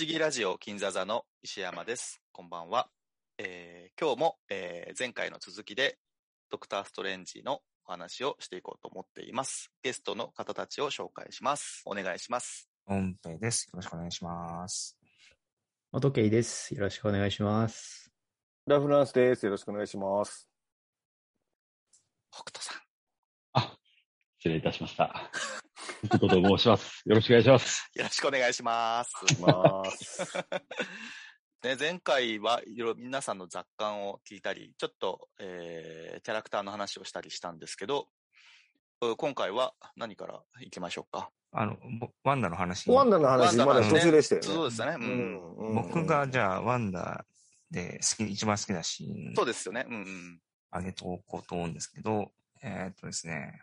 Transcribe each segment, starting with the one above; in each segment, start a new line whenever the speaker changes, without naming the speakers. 思議ラジオ金座座の石山です。こんばんは。えー今日も、えー前回の続きでドクターストレンジのお話をしていこうと思っています。ゲストの方たちを紹介します。お願いします。
音平です。よろしくお願いします。
おとけいです。よろしくお願いします。
ラフランスです。よろしくお願いします。
北斗さん。
失礼いたしました。ことと申します。よろしくお願いし ます。
よろしくお願いします。
まあ、す
ね、前回はいろいろ皆さんの雑感を聞いたり、ちょっと、えーキャラクターの話をしたりしたんですけど、う今回は何から行きましょうか。
あの、ぼワンダの話に
ワンダの話、
ワン
ま
ダの
だ
話ね
途中でしたよね。
そうですね。うん
うん
僕が、じゃあ、ワンダで好き、一番好きなシーン
そうですよね。うんうん。
あげとこうと思うんですけど、えーっとですね、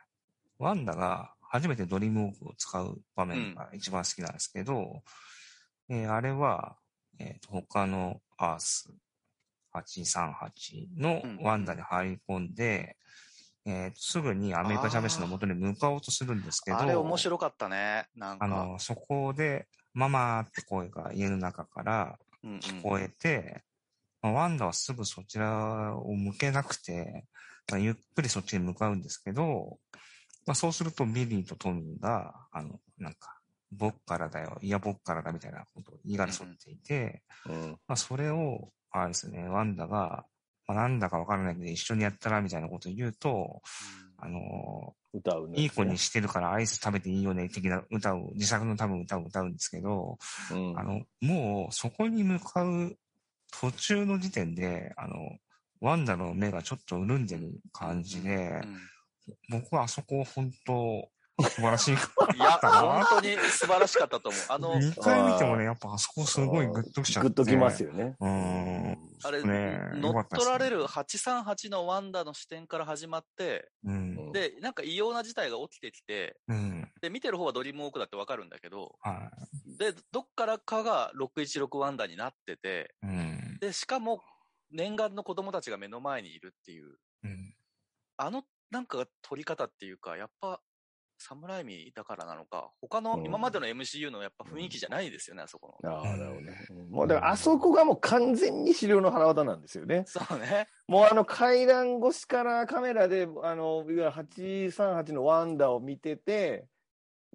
ワンダが初めてドリームウォークを使う場面が一番好きなんですけど、えーあれは、えーっと他のアース838の
うん
ワンダに入り込んで、えーっとすぐにアメリカ・ジャベスの元に向かおうとするんですけど、
あれ面白かったね。なんか。
あの、そこで、ママって声が家の中から
うんうん
聞こえて、まあワンダはすぐそちらを向けなくて、まあゆっくりそっちに向かうんですけど、まあ、そうするとビリーとトミーが、あの、なんか、僕からだよ、いや僕からだみたいなことを言い争っていて、
うん
まあ、それを、あれですね、ワンダが、まあ、なんだかわからないけど一緒にやったらみたいなことを言うと、あの、
歌うね。
いい子にしてるからアイス食べていいよね、的な歌を、自作の多分歌を歌うんですけど、
うん
あの、もうそこに向かう途中の時点で、あの、ワンダの目がちょっと潤んでる感じで
う、ん
僕はあそこ本当、素晴らしい。
いや、
たな
本当に素晴らしかったと思う。あの、
2回見てもね、やっぱあそこすごいグッときちゃって。
グッときますよね。
うーん。
あれ、
ね
乗
よか
っ
ったで
取
すね
られる838のワンダの視点から始まって、
うん。
で、なんか異様な事態が起きてきて、
うん。
で、見てる方はドリームウォークだってわかるんだけど、
は
で、どっからかが616ワンダになってて、
い。うん。
で、しかも、念願の子供たちが目の前にいるっていう、
うん。
あの、なんか撮り方っていうか、やっぱ、サムライミだからなのか、他
う
の
ん
今までの MCU のやっぱ雰囲気じゃないですよね、あそこの。
ああ、なるほどね。うんもう、だから、あそこがもう完全に資料の腹渡なんですよね。
そうね。
もう、あの、階段越しからカメラで、あの、いわゆる838のワンダを見てて、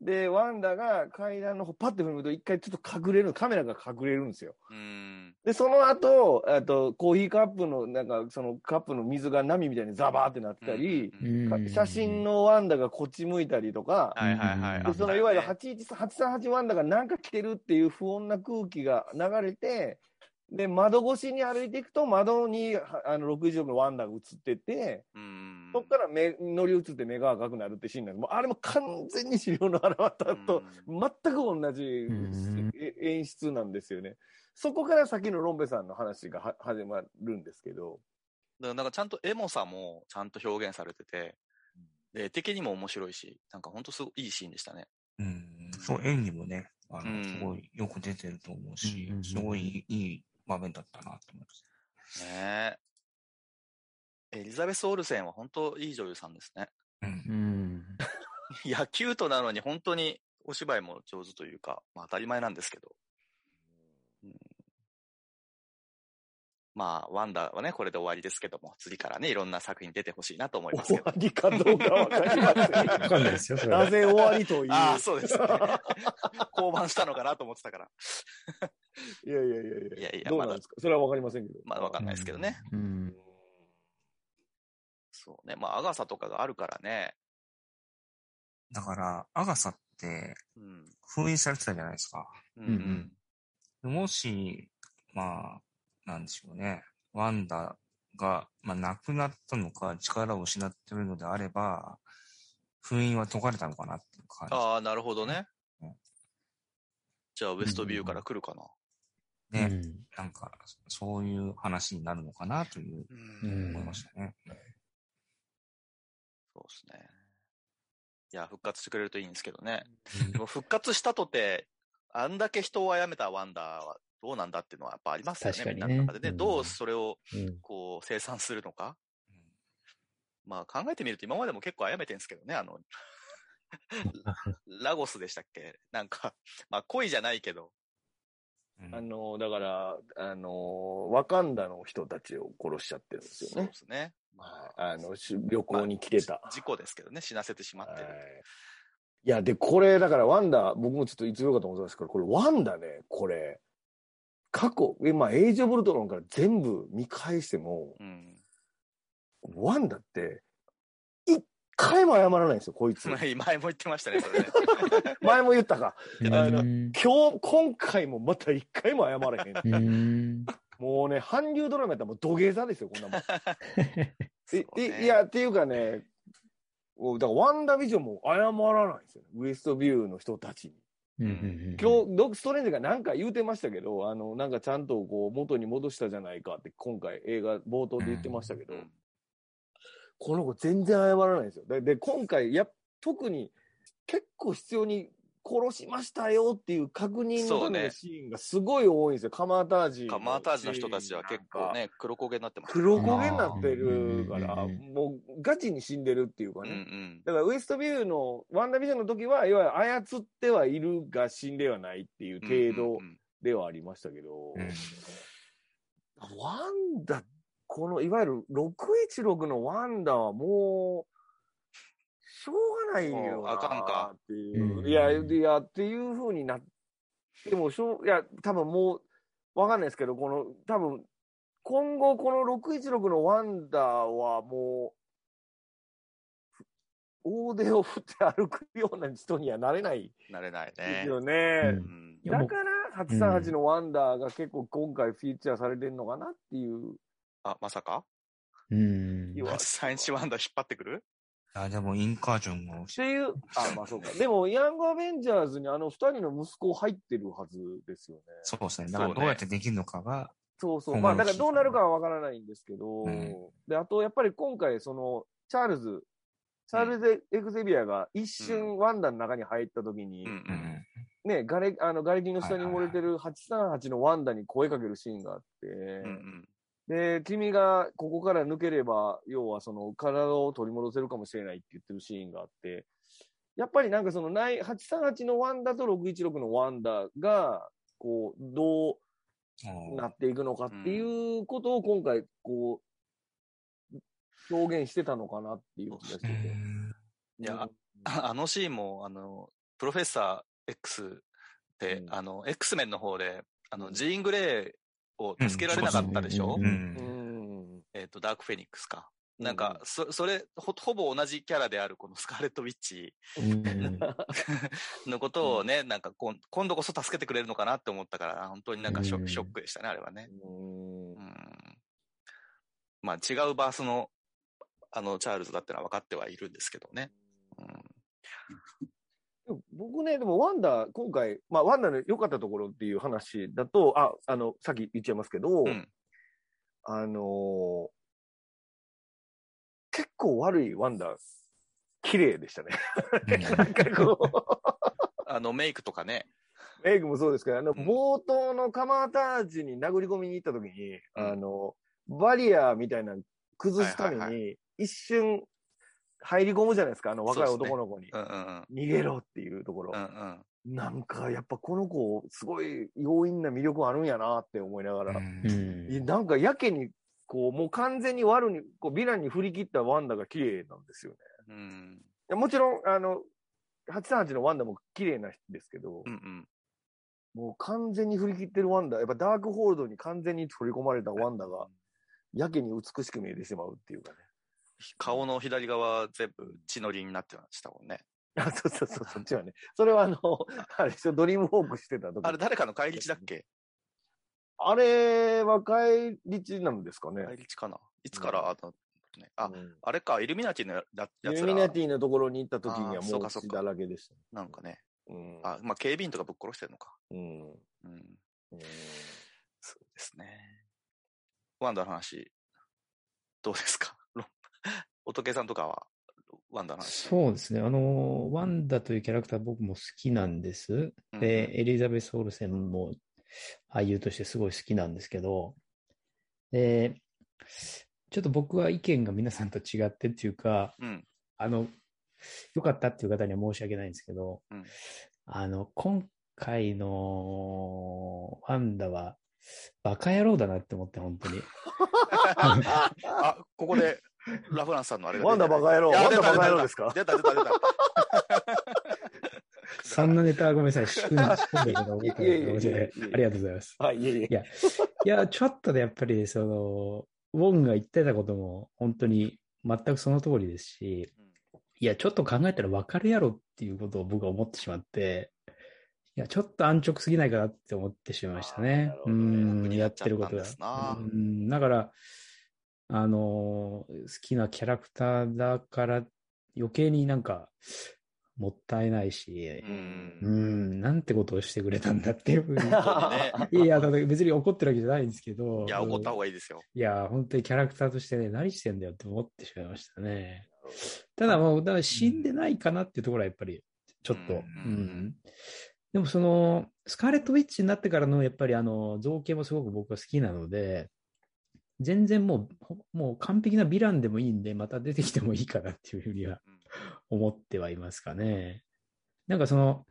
で、ワンダが階段の方パッて踏むと、一回ちょっと隠れる、カメラが隠れるんですよ。
うーん。
で、その後、えっと、コーヒーカップの、なんか、そのカップの水が波みたいにザバーってなってたり、
うんうん
写真のワンダがこっち向いたりとか、
はいはいはい。
で
あ
でそのいわゆ
っ
る
たよね
813 838ワンダがなんか来てるっていう不穏な空気が流れて、で、窓越しに歩いていくと、窓にはあの60のワンダが映ってて、
うん
そこから目乗り移って目が赤くなるってシーンなんです。もうあれも完全に資料の現れたと、
うん
全く同じ
ん
え演出なんですよね。そこから先のロンベさんの話がは始まるんですけど、
だからなんかちゃんとエモさもちゃんと表現されてて、で、絵的にも面白いし、なんかほんとすごいいいシーンでしたね。
うん、そう、演技もね、あ
う
の、
ん
すごいよく出てると思うし
うんうんう、ん
すごいいい場面だったなと思います。
ねえ。エリザベス・オルセンは本当いい女優さんですね。
うん。
うん。
いや、キュートなのに本当にお芝居も上手というか、まあ当たり前なんですけど。うんまあ、ワンダはね、これで終わりですけども、次からね、いろんな作品出てほしいなと思います
終
け ど。
わりかどうかわかりま
わ
せ
かんないですよ、そ
ん。
れ
な
は。
ぜ終わりという。
ああ、そうですね。 降板したのかなと思ってたから。
いやいやいやいや。
いやいや
どうなんですかそれはわかりませんけど。
まあわかんないですけどね。
うん。
そうね。まあ、アガサとかがあるからね。
だから、アガサって
うん。
封印されてたじゃないですか。
うん
うん
もし、まあ、なんでしょうね。ワンダが、まあ、亡くなったのか、力を失ってるのであれば、封印は解かれたのかなっていう感じ。
ああ、なるほどね
うん。
じゃあ、ウエストビューから来るかな。
う
ね、
ん
なんか、そういう話になるのかなという、
う
うん
ん
思いましたね。
そうですね。いや、復活してくれるといいんですけどね。でも復活したとて、あんだけ人を殺めたワンダーはどうなんだっていうのはやっぱありますよね。
確かにね
みんなの中でね、
うん
どうそれを
うん
こう生産するのか。まあ考えてみると今までも結構殺めてるんですけどね、あ の、ラゴスでしたっけなんか、まあ恋じゃないけど、
うん
あの、だから、あの、ワカンダの人たちを殺しちゃってるんですよ
そう
ね
で。すね。
あの、し旅行に来てた。
事故ですけどね、死なせてしまってる。
はいいや、で、これ、だから、ワンダ、僕もちょっといつよかと思ったんですけど、これ、ワンダね、これ、過去、今、エイジ・オブ・ウルトロンから全部見返しても、
うん。
ワンダって、一回も謝らないんですよ、こいつ。
前も言って ましたね、 それね。
前も言ったか。
う
あの
ん
今日、今回もまた一回も謝 らへん。
うん。
もうね、韓流ドラマやったらもう土下座ですよ、こんなもん。
そう
い
ね
いいや、っていうかね、おだからワンダービジョンも謝らないんですよ、ウエストビューの人たちに。
うんうん
今日、ドクストレンジがなんか言うてましたけど、あの、なんかちゃんとこう、元に戻したじゃないかって、今回映画冒頭で言ってましたけど、
うん
この子全然謝らないんですよ。で、で今回、やっ、特に結構必要に殺しましたよっていう確認の
そう
ため
ね
のシーンがすごい多いんですよ、カマータージ
カマータージの人たちは結構。ね、黒焦げになってますね
黒焦げになってるから、
あー
もうガチに死んでるっていうか
う
ね。
んうん。
だからウエストビューのワンダービジョンの時は、いわゆる操ってはいるが死んではないっていう程度
うんうんうん
ではありましたけど、
うん
ワンダ、このいわゆる616のワンダはもう、しょうがないよな
あかんか
っていう。
うん
いや、いや、っていうふうになってもしょう、いや、多分もう、わかんないですけど、この、多分、今後この616のワンダーはもう、大手を振って歩くような人にはなれない
慣れない
で
ね
す。よね。
う
うんいや
だ
もう
から、838のワンダーが結構今回フィーチャーされてるのかなっていう。
あ、まさか
うん
要は
サインチワンダー引っ張ってくる
あ、でもインカージョンが
っていう、あ、まあそうか。でも、ヤングアベンジャーズにあの二人の息子入ってるはずですよね。
そうですね。だか
そう
ら
ね
どうやってできるのかが、
そうそう。
うん
まあ、だからどうなるかはわからないんですけど、
うん
で、あと、やっぱり今回、その、チャールズ、チャールズ・エクゼビアが一
う
瞬ワンダの中に入った時に、
うんう。
うんん。
ね、がれ、あの、瓦礫の下に埋もれてる838のワンダに声かけるシーンがあって、
うんうん。
で、君がここから抜ければ、要はその体を取り戻せるかもしれないって言ってるシーンがあって、やっぱりなんかそのない、838のワンダと616のワンダが、こう、どうなっていくのかっていうことを今回、こう、表現してたのかなっていう気がして
う
て。
ん。
いや、ああのシーンも、あの、プロフェッサー X って、
うん
あの、X メンの方で、あ
う
の、
ん
ジーン・グレーを助けられなかったでしょ、
うんそうそう
うんん。
えっ、と、ダーク・フェニックスか。なんか、そ、それほ、ほぼ同じキャラであるこのスカーレット・ウィッチ
うん
のことをね、なんかこん、今度こそ助けてくれるのかなって思ったから、本当になんかショ,、
うん
ショックでしたね、あれはね。
うん
うん。まあ、違うバースの、あの、チャールズだってのは分かってはいるんですけどね。うん。
でも僕ね、でもワンダ、今回、まあ、ワンダの良かったところっていう話だと、あ、あの、さっき言っちゃいますけど、
うん
あのー結構悪いワンダ、綺麗でしたね。 なんか こ
あの、メイクとかね。
う、メイクもそうですけど、あの、
ん
冒頭のカマータージに殴り込みに行った時に、
うん
あの、バリアみたいなの崩すため
はいはい
に、一瞬入り込むじゃないですか、あの若い
そうですね
男の子に。
うんうんうん。
逃げろっていうところ。
うんうん。
なんか、やっぱこの子、すごい要因な魅力あるんやなって思いながら、
うん
うん
いなんかやけに、こう、もう完全に悪に、こう、ヴィランに振り切ったワンダが綺麗なんですよね。
うん。
いやもちろん、あの、838のワンダも綺麗なんですけど、
うんうん。
もう完全に振り切ってるワンダ、やっぱダークホールドに完全に取り込まれたワンダが、やけに美しく見えてしまうっていうかね。
顔の左側全部血のりになってましたもんね。
あ、そうそうそう、そっちはね。それは あの、あれでしょ、ドリームウォークしてた時。
あれ誰かの帰り血だっけ
あれは帰り地なんですかね。
帰り血かないつからあの、ね、あ
う、ん
あれか、イルミナティのややつら。
イルミナティのところに行った時に
あー
は
そ
も
うか
う
そうか
血だらけでした、ね。
なんかね。
うん
あ、まあ、警備員とかぶっ殺してるのか。
うんうん
うん。そうですね。ワンダの話、どうですか ロン仏さんとかは、ワンダの話。
そうですね。あの、ワンダというキャラクター僕も好きなんです。で、エリザベス・オルセンも俳優としてすごい好きなんですけど、で、ちょっと僕は意見が皆さんと違ってっていうか、
うん、うん。
あの、良かったっていう方には申し訳ないんですけど、
うん
あの、今回のワンダは、バカ野郎だなって思って、本当 に。
あ、ここで、ラフランスさんのあれが
ワンダバカ野郎
いや
ワンダ
出た
バカ野郎ですか
出た出た出た出た。
そんなネタはごめんなさい。仕組んだ仕込んでるのが多いから
いえいえいえ
ごめんなさい
いえいえ
ありがとうございます。
はい、いえいえ
い。や、いや、ちょっとね、やっぱり、その、ウォンが言ってたことも、本当に全くその通りですし、いや、ちょっと考えたら分かるやろっていうことを僕は思ってしまって、いや、ちょっと安直すぎないかなって思ってしまいましたね。
あーなるほど
う
ね
楽
ん、
に
や
な
っ
っちゃ
てる
っ
こ
たん
と
で
が。
すな
うん、だから、あのー、好きなキャラクターだから、余計になんか、もったいないし
う、。
うんん、なんてことをしてくれたんだっていうふうに。
本当にね
いやいや、だって別に怒ってるわけじゃないんですけど。
いや、怒った方
い
がいいですよ。
い。いや、本当にキャラクターとしてね、何してんだよって思ってしまいましたね。ただもう、だから死んでないかなっていうところはやっぱり、ちょっと、
う
うんん。でもその、スカーレット・ウィッチになってからの、やっぱりあの、造形もすごく僕は好きなので、全然もうほ、もう完璧なヴィランでもいいんで、また出てきてもいいかなっていうふうには
うん
思ってはいますかね。なんかその、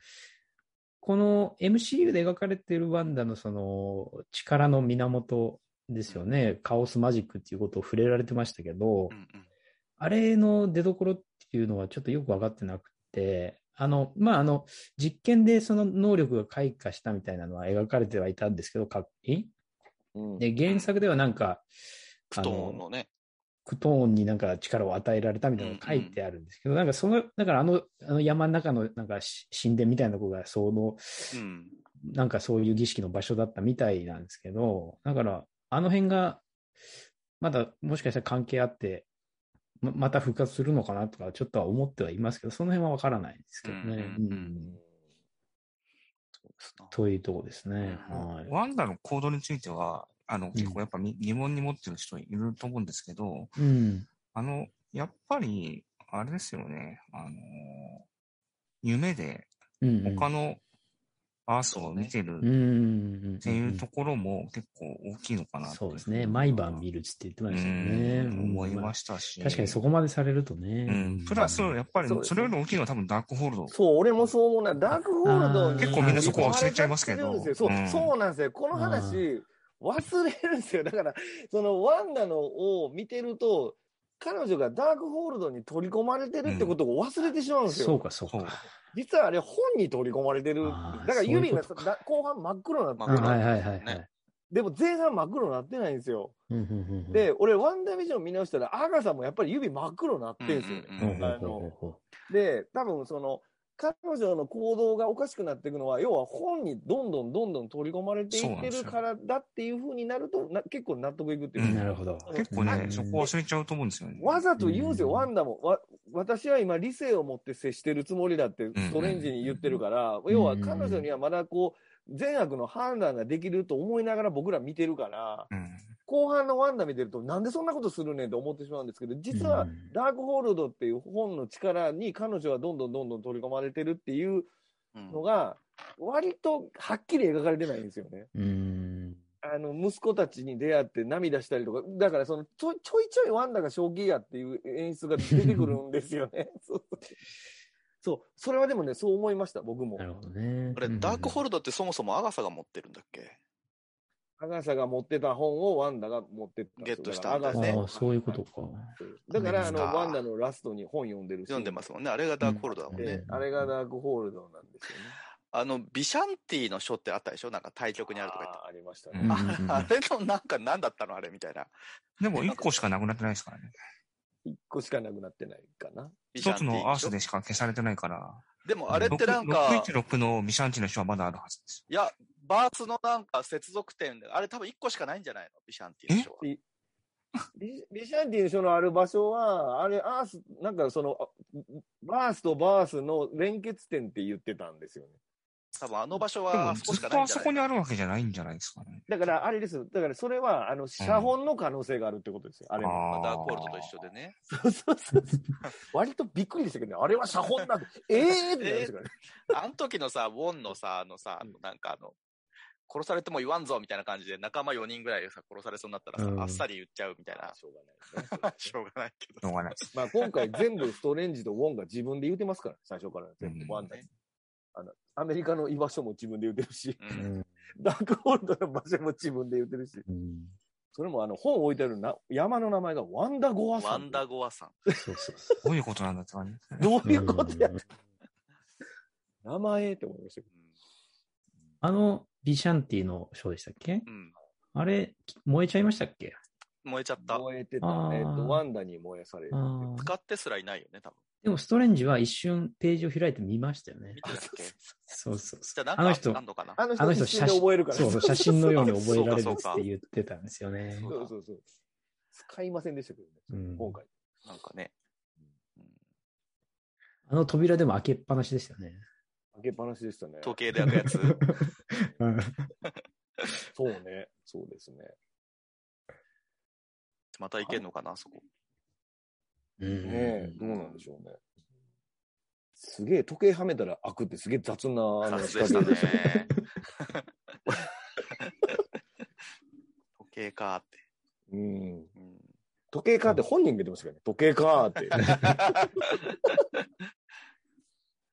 この MCU で描かれているワンダのその力の源ですよね。カオスマジックっていうことを触れられてましたけ
う、
ど
んうん
あれの出所っていうのはちょっとよく分かってなくて、あの、まあ、あの、実験でその能力が開花したみたいなのは描かれてはいたんですけど、かえ
うん
で、原作ではなんか、
クトーンのね。
クトーンになんか力を与えられたみたいなのが書いてあるんですけど、なんかその、だからあの、あの山の中のなんかし神殿みたいなとこが、その、
うん。
なんかそういう儀式の場所だったみたいなんですけど、だからあの辺が、まだもしかしたら関係あって、ままた復活するのかなとか、ちょっとは思ってはいますけど、その辺はわからないですけどね。
うんうんうん
うん
そうですな
というとこですね。
うん
はい。
ワンダの行動については、あの、結構やっぱみ疑問に持ってる人いると思うんですけど、
うん。
あの、やっぱり、あれですよね、あの、夢で
うんうん。
他のアースを見てる
うんうんうん。っ
っていうところも結構大きいのかな
そうですね。毎晩見
る
るっつって言ってま
う
したよね。
ん思いま
し
したし。
確かにそ
こ。
こまでされるとね。
うん。プラス、やっぱり
そうですね
それより大きいのは多分ダークホールド。
そう、俺もそう思うな。ダークホールドに
あー結構みんなそこ
忘れちゃいますけど
追われちゃってるんですよそう、
うん
そうなんですよ。この話、忘れるんですよ。だから、そのワンダのを見てると、彼女がダークホールドに取り込まれてるってことを忘れてしまうんですよ。
そうか、そう
そう
か。
実はあれ、本に取り込まれてる。だ
あー
から
そういう
指
こ
が
とか
だ後半真っ黒になってる、
うんはいはいはいは
ね
い。
でも前半真っ黒になってないんですよ。
うんうんうんうん、
で、俺、ワンダービジョン見直したら、アーガさんもやっぱり指真っ黒になってるんですよね。
うんうん
ほう
うん
ほうほうほう
で、多分その、彼女の行動がおかしくなっていくのは、要は本にどんどんどんどん取り込まれていってるからだっていうふうになると、な結構納得いくっていうう。
ん
なるほど。
結構ね
う、ん
そこ忘れちゃうと思うんですよね。
わざと言うんですよ、
うん
ワンダも。わ私は今理性を持って接してるつもりだってストレンジに言ってるから、
ん
要は彼女にはまだこう、善悪の判断ができると思いながら僕ら見てるから、
うん。
後半のワンダ見てるとなんでそんなことするねんって思ってしまうんですけど、実は
うん
ダークホールドっていう本の力に彼女はどんどんどんどん取り込まれてるっていう
うん
のが、割とはっきり描かれてないんですよね。
うん。
あの、息子たちに出会って涙したりとか、だからその、ちょちょいちょいワンダが正気やっていう演出が出てくるんですよ ね。そうそう、それはでもね、そう思いました、僕も
な。るほどね。
あれ、ダークホ
ー
ルドってそもそもアガサが持ってるんだっけ
アガサが持ってた本をワンダが持ってったんですよ。
ゲットしたんだよ
だからア
ね
あ
ガ
あ、
サ
そういうことか。
だから、あ
そう
の、
ですか
ワンダのラストに本読んでるし
読んでますもんね。あれがダークホールドだもん
で
ね。
あれがダークホールドなんですよね。
あの、ビシャンティの書ってあったでしょなんか対局にあるとか言って。
あーありました
う
ね
ん。
ああれのなんか何だったのあれみたいな。
でも一個しかなくなってないですからね。
一個しかなくなってないかな。
ビシャ
一
ンテ
つ
ィでし
の
ょ
アースでしか消されてないから。
でもあれってなんか、
616のミシャンチの人はまだあるはずです。
いや、バーツのなんか接続点で、あれ多分1個しかないんじゃないのビシャンティの書は。
えリリシャンティの書のある場所は、あれ、アース、なんかその、あバースとバースの連結点って言ってたんですよね。
多分あの場所
でも
はあそこし
ず
か
っ
ないん
とあ
じゃ
そ
ない
こにあるわけじゃないんじゃないですかね。
だから、あれですよ。だから、それは、あの、写本の可能性があるってことですよ。あれも。
まあ
あ
ダークホールドと一緒でね。
そうそうそうそう。割とびっくりでしたけどね。あれは写本 なんだ。ええー、ってなりましたからね。
あの時のさ、ウォンのさ、あのさ、あのなんかあの、殺されても言わんぞみたいな感じで仲間4人ぐらいさ、殺されそうになったらさ、
うん
あっさり言っちゃうみたいな。
しょうがないです
し
ね。
ょうがないけ
しょ
ど。
うがないです。
まあ、今回全部ストレンジとウォンが自分で言うてますから、最初から全
う
部。
ん
ワンダ。あの、アメリカの居場所も自分で言ってるし、
う
うんん
ダークホールドの場所も自分で言ってるし、
うん
それもあの本置いてあるな山の名前がワンダゴアさ
ワ
ん。
ンダゴアさん。
そうそうそ
どういうことなんだって感じですね。
ど
う。
ういうことや、
うん
名前って思いましたけ
あの、ビシャンティの章でしたっけ
うんうん
あれ、燃えちゃいましたっけ
燃えちゃっ
ど。
た。
燃えてた
あ。ー
えっと、ワンダに燃やされる。
あー
使ってすらいないよね、多分。
でも、ストレンジは一瞬ページを開いて見ましたよね
見。てたっけ
そうそう
じ
そ
ゃ
う。
あ
あの
なんか
人
あん、のかな
あの
あ
人
の
一
人
瞬
写
で
真
覚えるから。
そうそう写真のように覚えられる
そう
っ
かそうか
て言ってたんですよね。
そうそうそう。使いませんでしたけどね、
うん
今回。
なんかね。
あの扉でも開けっぱなしでしたよね。
開けっぱなしでしたね。
時計で開くやつ。
うん
そうね。そうですね。
またいけんのかな、そこ。
ねえ、どうなんでしょうね。すげえ、時計はめたら開くってすげえ雑な、あの、
雑で したね。時計かーって。
うん。
うん
時計かって本人が言ってましたからね。時計かって。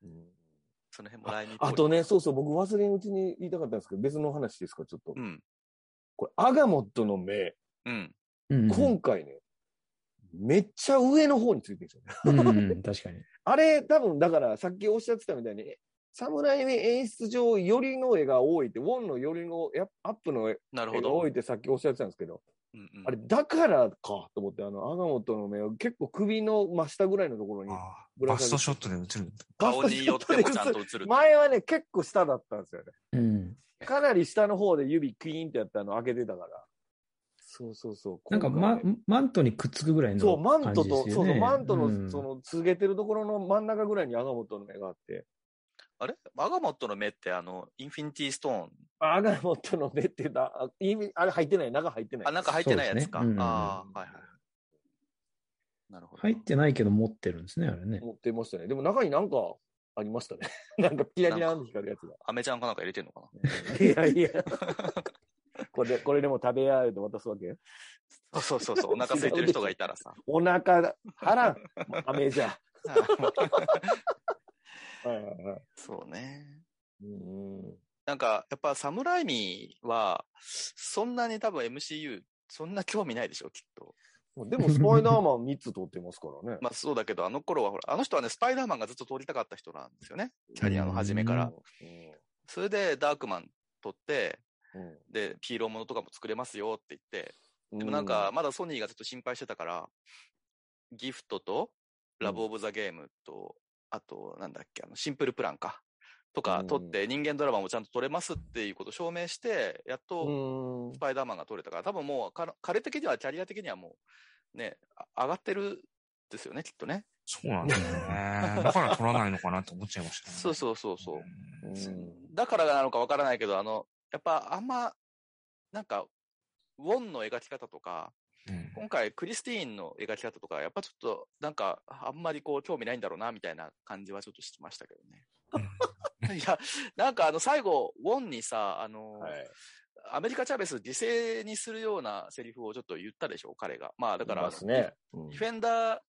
うん
その辺も来日。
あとね、そうそう、僕忘れんうちに言いたかったんですけど、別の話ですか、ちょっと
う。ん。
これ、アガモットの目、
うん。
うん
今回ね、めっちゃ上の方についてるんですよね。
うん、確かに。
あれ、多分、だから、さっきおっしゃってたみたいに、え侍に演出上、よりの絵が多いって、ウォンのよりのやアップの絵
なるほ
が
ど。
多いってさっきおっしゃってたんですけど、
うんうん
あれ、だからか、と思って、あの、アガモットの目を結構首の真下ぐらいのところに、
あー
ぶら
バ
下げ
ストショットで映る。
顔によってもちゃんと映る。
前はね、結構下だったんですよね。
うん。
かなり下の方で指クイーンってやったの開けてたから。そうそうそう。
なんか、
今
ま
回、
マントにくっつくぐらい
そう、
の
マ
感
ン
じ
ト
です
と、
よ
そ
ね。
うそう、マント
う
の、
ん
その、続けてるところの真ん中ぐらいにアガモットの目があって、
あれアガモットの目ってあの、インフィニティストーン。
あアガモットの目ってだ、あ意味あれ入ってない、中入ってない。
あ、なんか入ってないやつか。
そうですねうん
ああ、はいはいはい。なるほど。
入ってないけど持ってるんですね、あれね。
持ってましたね。でも中になんかありましたね。 なんかキラキラって光るやつ
アメちゃんかなんか入れてんのかな
が。いやいや。これで、これでも食べやると渡すわけ
そうそうそうそう、お腹空いてる人がいたらさ。
お腹、腹、アメじゃ。はいはいはい。
そうね。
うんうん
なんか、やっぱサムライミは、そんなに多分 MCU、そんな興味ないでしょ、きっと。
でも、スパイダーマン3つ撮ってますからね。
まあそうだけど、あの頃はほら、あの人はね、スパイダーマンがずっと通りたかった人なんですよね。キャリアの初めから。それでダークマン撮って、で、ヒーローものとかも作れますよって言って、
で
でもなんか、、まだソニーがちょっと心配してたから、ギフトと、ラブオブザゲームと、あと、なんだっけ、あの、シンプルプランか。とか撮って、人間ドラマもちゃんと撮れますっていうことを証明して、やっ
う
と
ん
スパイダーマンが撮れたから、多分もうか、彼的には、キャリア的にはもう、ね、あ上がってるですよね、きっとね。
そうなんですよ ね。だから撮らないのかなって思っちゃいました、ね。
そうそうそうそう。
う
そ
ん。
だからなのかわからないけど、あの、やっぱあんま、なんか、ウォンの描き方とか、
うん。うん
今回クリスティーンの描き方とか、やっぱちょっと、なんか、あんまりこう、興味ないんだろうな、みたいな感じはちょっとしてましたけどね。いや、なんかあの、最後、ウォンにさ、あの、
はい。
アメリカ・チャベス犠牲にするようなセリフをちょっと言ったでしょ、彼が。まあ、だか
い
ら
ま、すね。うん
ディフェンダー、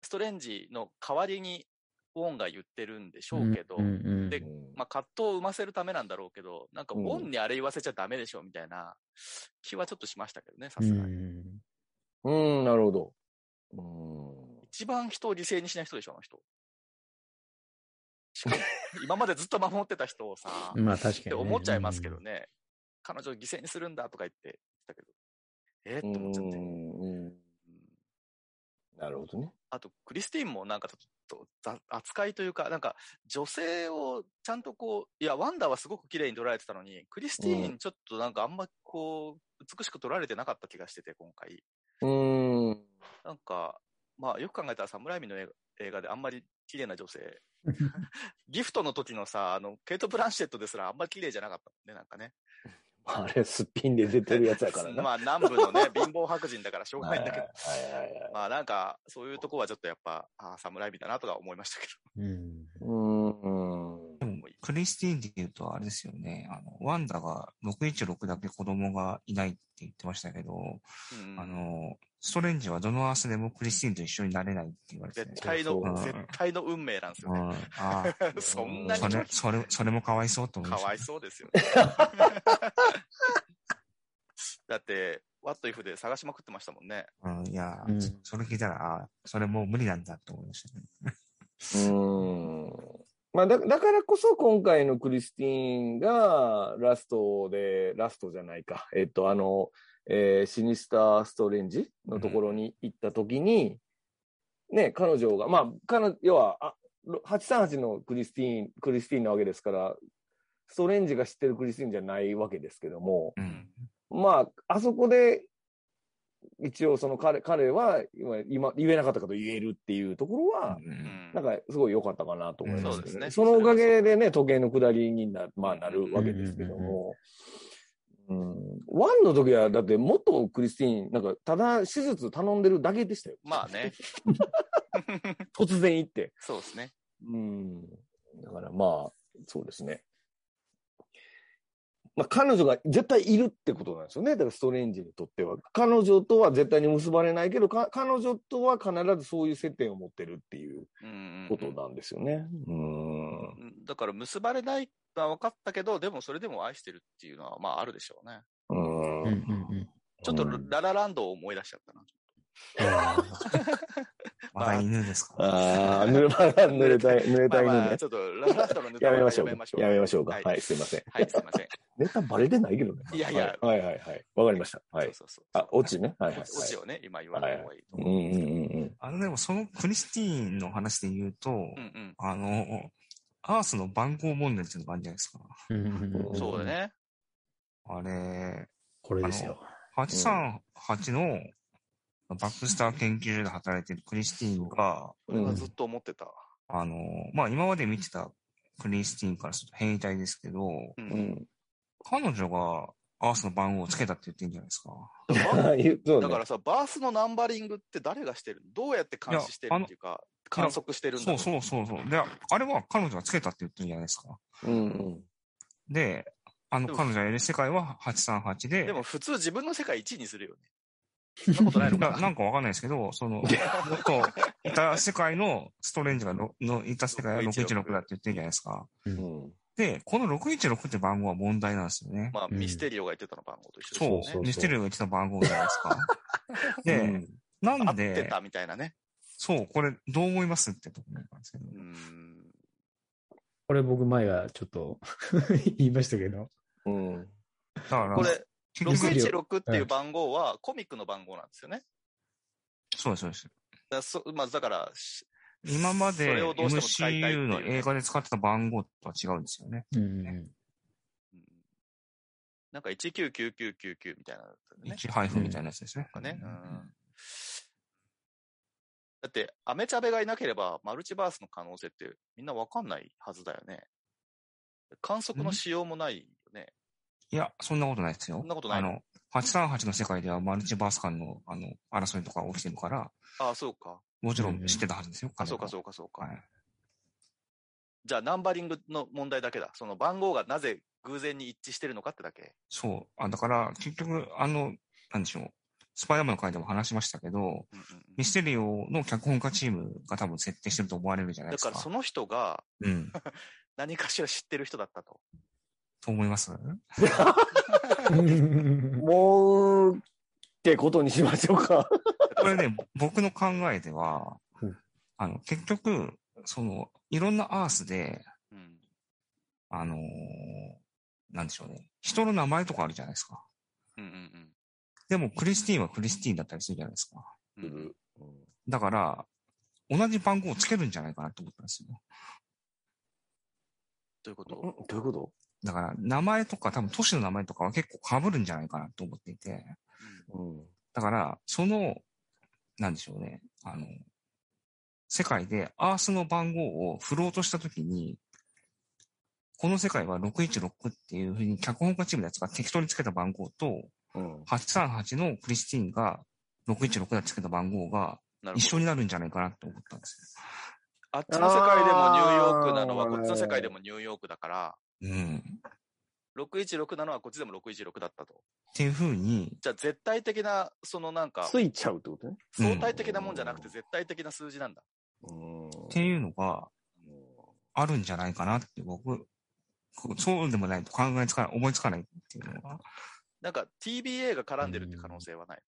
ストレンジの代わりに、ウォンが言ってるんでしょうけど、
んうん
でまあ、葛藤を生ませるためなんだろうけど、なんか、
う
ウ
ん
ォンにあれ言わせちゃダメでしょ、みたいな気はちょっとしましたけどね、さ
う
すがに。
ん
うん、なるほど。うん。
一番人を犠牲にしない人でしょ、あの人。しか も今までずっと守ってた人をさ、っ
まあ確かに、
て
ね。
思っちゃいますけどね。彼女を犠牲にするんだとか言ってたけど、えーって思っちゃって。
うんなるほどね。
あと、クリスティーンもなんかちょっとざ扱いというか、なんか女性をちゃんとこう、いや、ワンダはすごく綺麗に撮られてたのに、クリスティーンちょっとなんかあんまこう、美しく撮られてなかった気がしてて、今回。
うん。
なんか、まあよく考えたらサムライミの映画映画であんまり綺麗な女性。ギフトの時のさ、あの、ケイト・ブランシェットですらあんまり綺麗じゃなかったもんね、なんかね。
あれ、すっぴんで出てるやつやからな。
まあ南部のね、貧乏白人だからしょうが
は
ないいん
は
だ
いは
け
い
ど。
はい。
まあなんか、そういうとこはちょっとやっぱ、ああ、サムライミだなとか思いましたけ
うん。
うん。
ど。もうい
クリスティーンで言うと、あれですよね。あの、ワンダが616だけ子供がいないって言ってましたけど、
うん
あの、ストレンジはどのアースでもクリスティーンと一緒になれないって言われて
絶
て。
対の
うん、
絶対の運命なんですよ
うん、
ね。
ああ、
そんなに
それ、それ、それもかわいそうと思い
か
ました。
わいそうですよね。だって、ワットイフで探しまくってましたもんね。
うん、いや、
うん
そそれ聞いたら、ああ、それもう無理なんだと思いましたね。
うん。まあだ、だからこそ今回のクリスティーンがラストで、ラストじゃないか。えっと、あの、えーシニスターストレンジのところに行った時に、ね、彼女が、まあ、彼女、要は、あ、838のクリスティーン、クリスティーンなわけですから、ストレンジが知ってるクリスティーンじゃないわけですけども、
うん。
まあ、あそこで、一応その彼、彼は今、今、言えなかったこと言えるっていうところは、
う
う
んん
なんかすごい良かったかなと思います
うんそ
けど、
うですね
そのおかげでね、時計の下りにな,、まあ、なるわけですけども、うん、ワンの時は、だって元クリスティーン、なんか、ただ手術頼んでるだけでしたよ。
まあね。
突然行って。
そうですね。
うん。だからまあ、そうですね。まあ、彼女が絶対いるってことなんですよね。だからストレンジにとっては。彼女とは絶対に結ばれないけど、か彼女とは必ずそういう接点を持ってるっていう
うんうんう
こ
ん
となんですよね。うん。
うんだから結ばれないのは分かったけど、でもそれでも愛してるっていうのは、まああるでしょうね。
うん。
うんうん うん。
ちょっと
うん
ララランドを思い出しちゃったな。
また犬ですか、
ああ、濡 れた、濡れたい、濡れたい
まあ
の
まあ
ね
ち。ょっとララランドのネタ
や
は
めましょう。
やめましょう。
やめましょうか。は
はい
い、すいません。
はい、すいません。
ネタバレてないけどね。
いやいや
はいはいはいはい。わかりました。 は
そ。
いう
そうそう。
あ、オチね。はいはいはい。
オチオチをね、今言わない方がいいと
うん
思う。
うんうんうん。
あの、でもそのクリスティーンの話で言うと、
うん
あの、アースの番号問題っていうのがあるんじゃないですか。
うんうん
う
うん
ん。そうだね。
あれ、
これですよ。
838のバックスター研究所で働いてるクリスティーンが、
それはずっと思ってた。
あの、まあ、今まで見てたクリスティーンからすると変異体ですけど、
うん
うん。
彼女がアースの番号をつけたって言ってんじゃないですか。
だから
あ 言うそうね
だからさ、バースのナンバリングって誰がしてるどうやって監視してるっていうか、観測してるんだ
そ
ろ
うそうそうそう。で、あれは彼女がつけたって言ってるじゃないですか。
うんうん。
で、あ
で
の、
も
彼女がいる世界は838で、
でも普通自分の世界1位にするよね。 そんなことないのか
ななんかわかんないですけど、その、もっと、いた世界のストレンジがの、のいた世界は616だって言ってるじゃないですか。
うん
で、この616って番号は問題なんですよね。
まあ、
うん
ミステリオが言ってたの番号と一緒
そう
ですよね。
ミステリオが言ってた番号じゃないです か。で、
うん
な
合
ん
って
で
た、みたいなね。
そう、これどう思いますってところなんですけど。
うーん。
これ僕前はちょっと 言いましたけど。
うん。
だから、
これ、
結局、
616っていう番号はコミックの番号なんですよね。
そうです、そうです。
だからそまあ、だから、し
今ま
そ
で
れをどうしても使いたいってい
MCU
う
の映画で使ってた番号とは違うんですよね。
うん
うんなんか199999みたいなのだったよね。
1配布みたいなやつですね。
なんかね。うんだって、アメチャベがいなければ、マルチバースの可能性ってみんなわかんないはずだよね。観測のしようもないよね。
いや、そんなことないですよ。
そんなことない
あの、838の世界ではマルチバース間の、あの、争いとか起きてるから、
ああ、そうか。
もちろん知ってたはずですよ。
あそうか、
彼
そ
は
うか、そうか。
はい。
じゃあ、ナンバリングの問題だけだ。その番号がなぜ偶然に一致してるのかってだけ。
そう。あ、だから、結局、あの、なんでしょう。スパイダーマンの回でも話しましたけど、
うんうんうん
ミステリオの脚本家チームが多分設定してると思われるじゃな
だ
いですか。
から、その人が
うん。
何かしら知ってる人だったと。
と思います
うん。
もう、ってことにしましょうか。
これね、 僕の考えでは
うん、
あの、結局、その、いろんなアースで、
うん。
あのーなんでしょうね。人の名前とかあるじゃないですか。
うんうん
でも、クリスティーンはクリスティーンだったりするじゃないですか。
うんうん。
だから、同じ番号をつけるんじゃないかなと思ったんですよ。
というこ
ど
と
ういうこと
だから、名前とか、多分都市の名前とかは結構被るんじゃないかなと思っていて。
うん。
だから、その、なんでしょうね。あの、世界でアースの番号を振ろうとしたときに、この世界は616っていうふうに脚本家チームのやつが適当につけた番号と、
うん。
838のクリスティーンが616だってつけた番号が
なるほど。
一緒になるんじゃないかなって思ったんですよ。
あっちの世界でもニューヨークなのは、こっちの世界でもニューヨークだから、
うん。っ
616なのはこっちでも616だったと。
ていう風に、
じゃあ絶対的な、そのなんか、
ついちゃうってことね。
うん
相対的なもんじゃなくて絶対的な数字なんだ。
うん。
っていうのがあるんじゃないかなって僕、こうそうでもないと考えつかない、思いつかないっていうのは。
なんか TBA が絡んでるって可能性はない。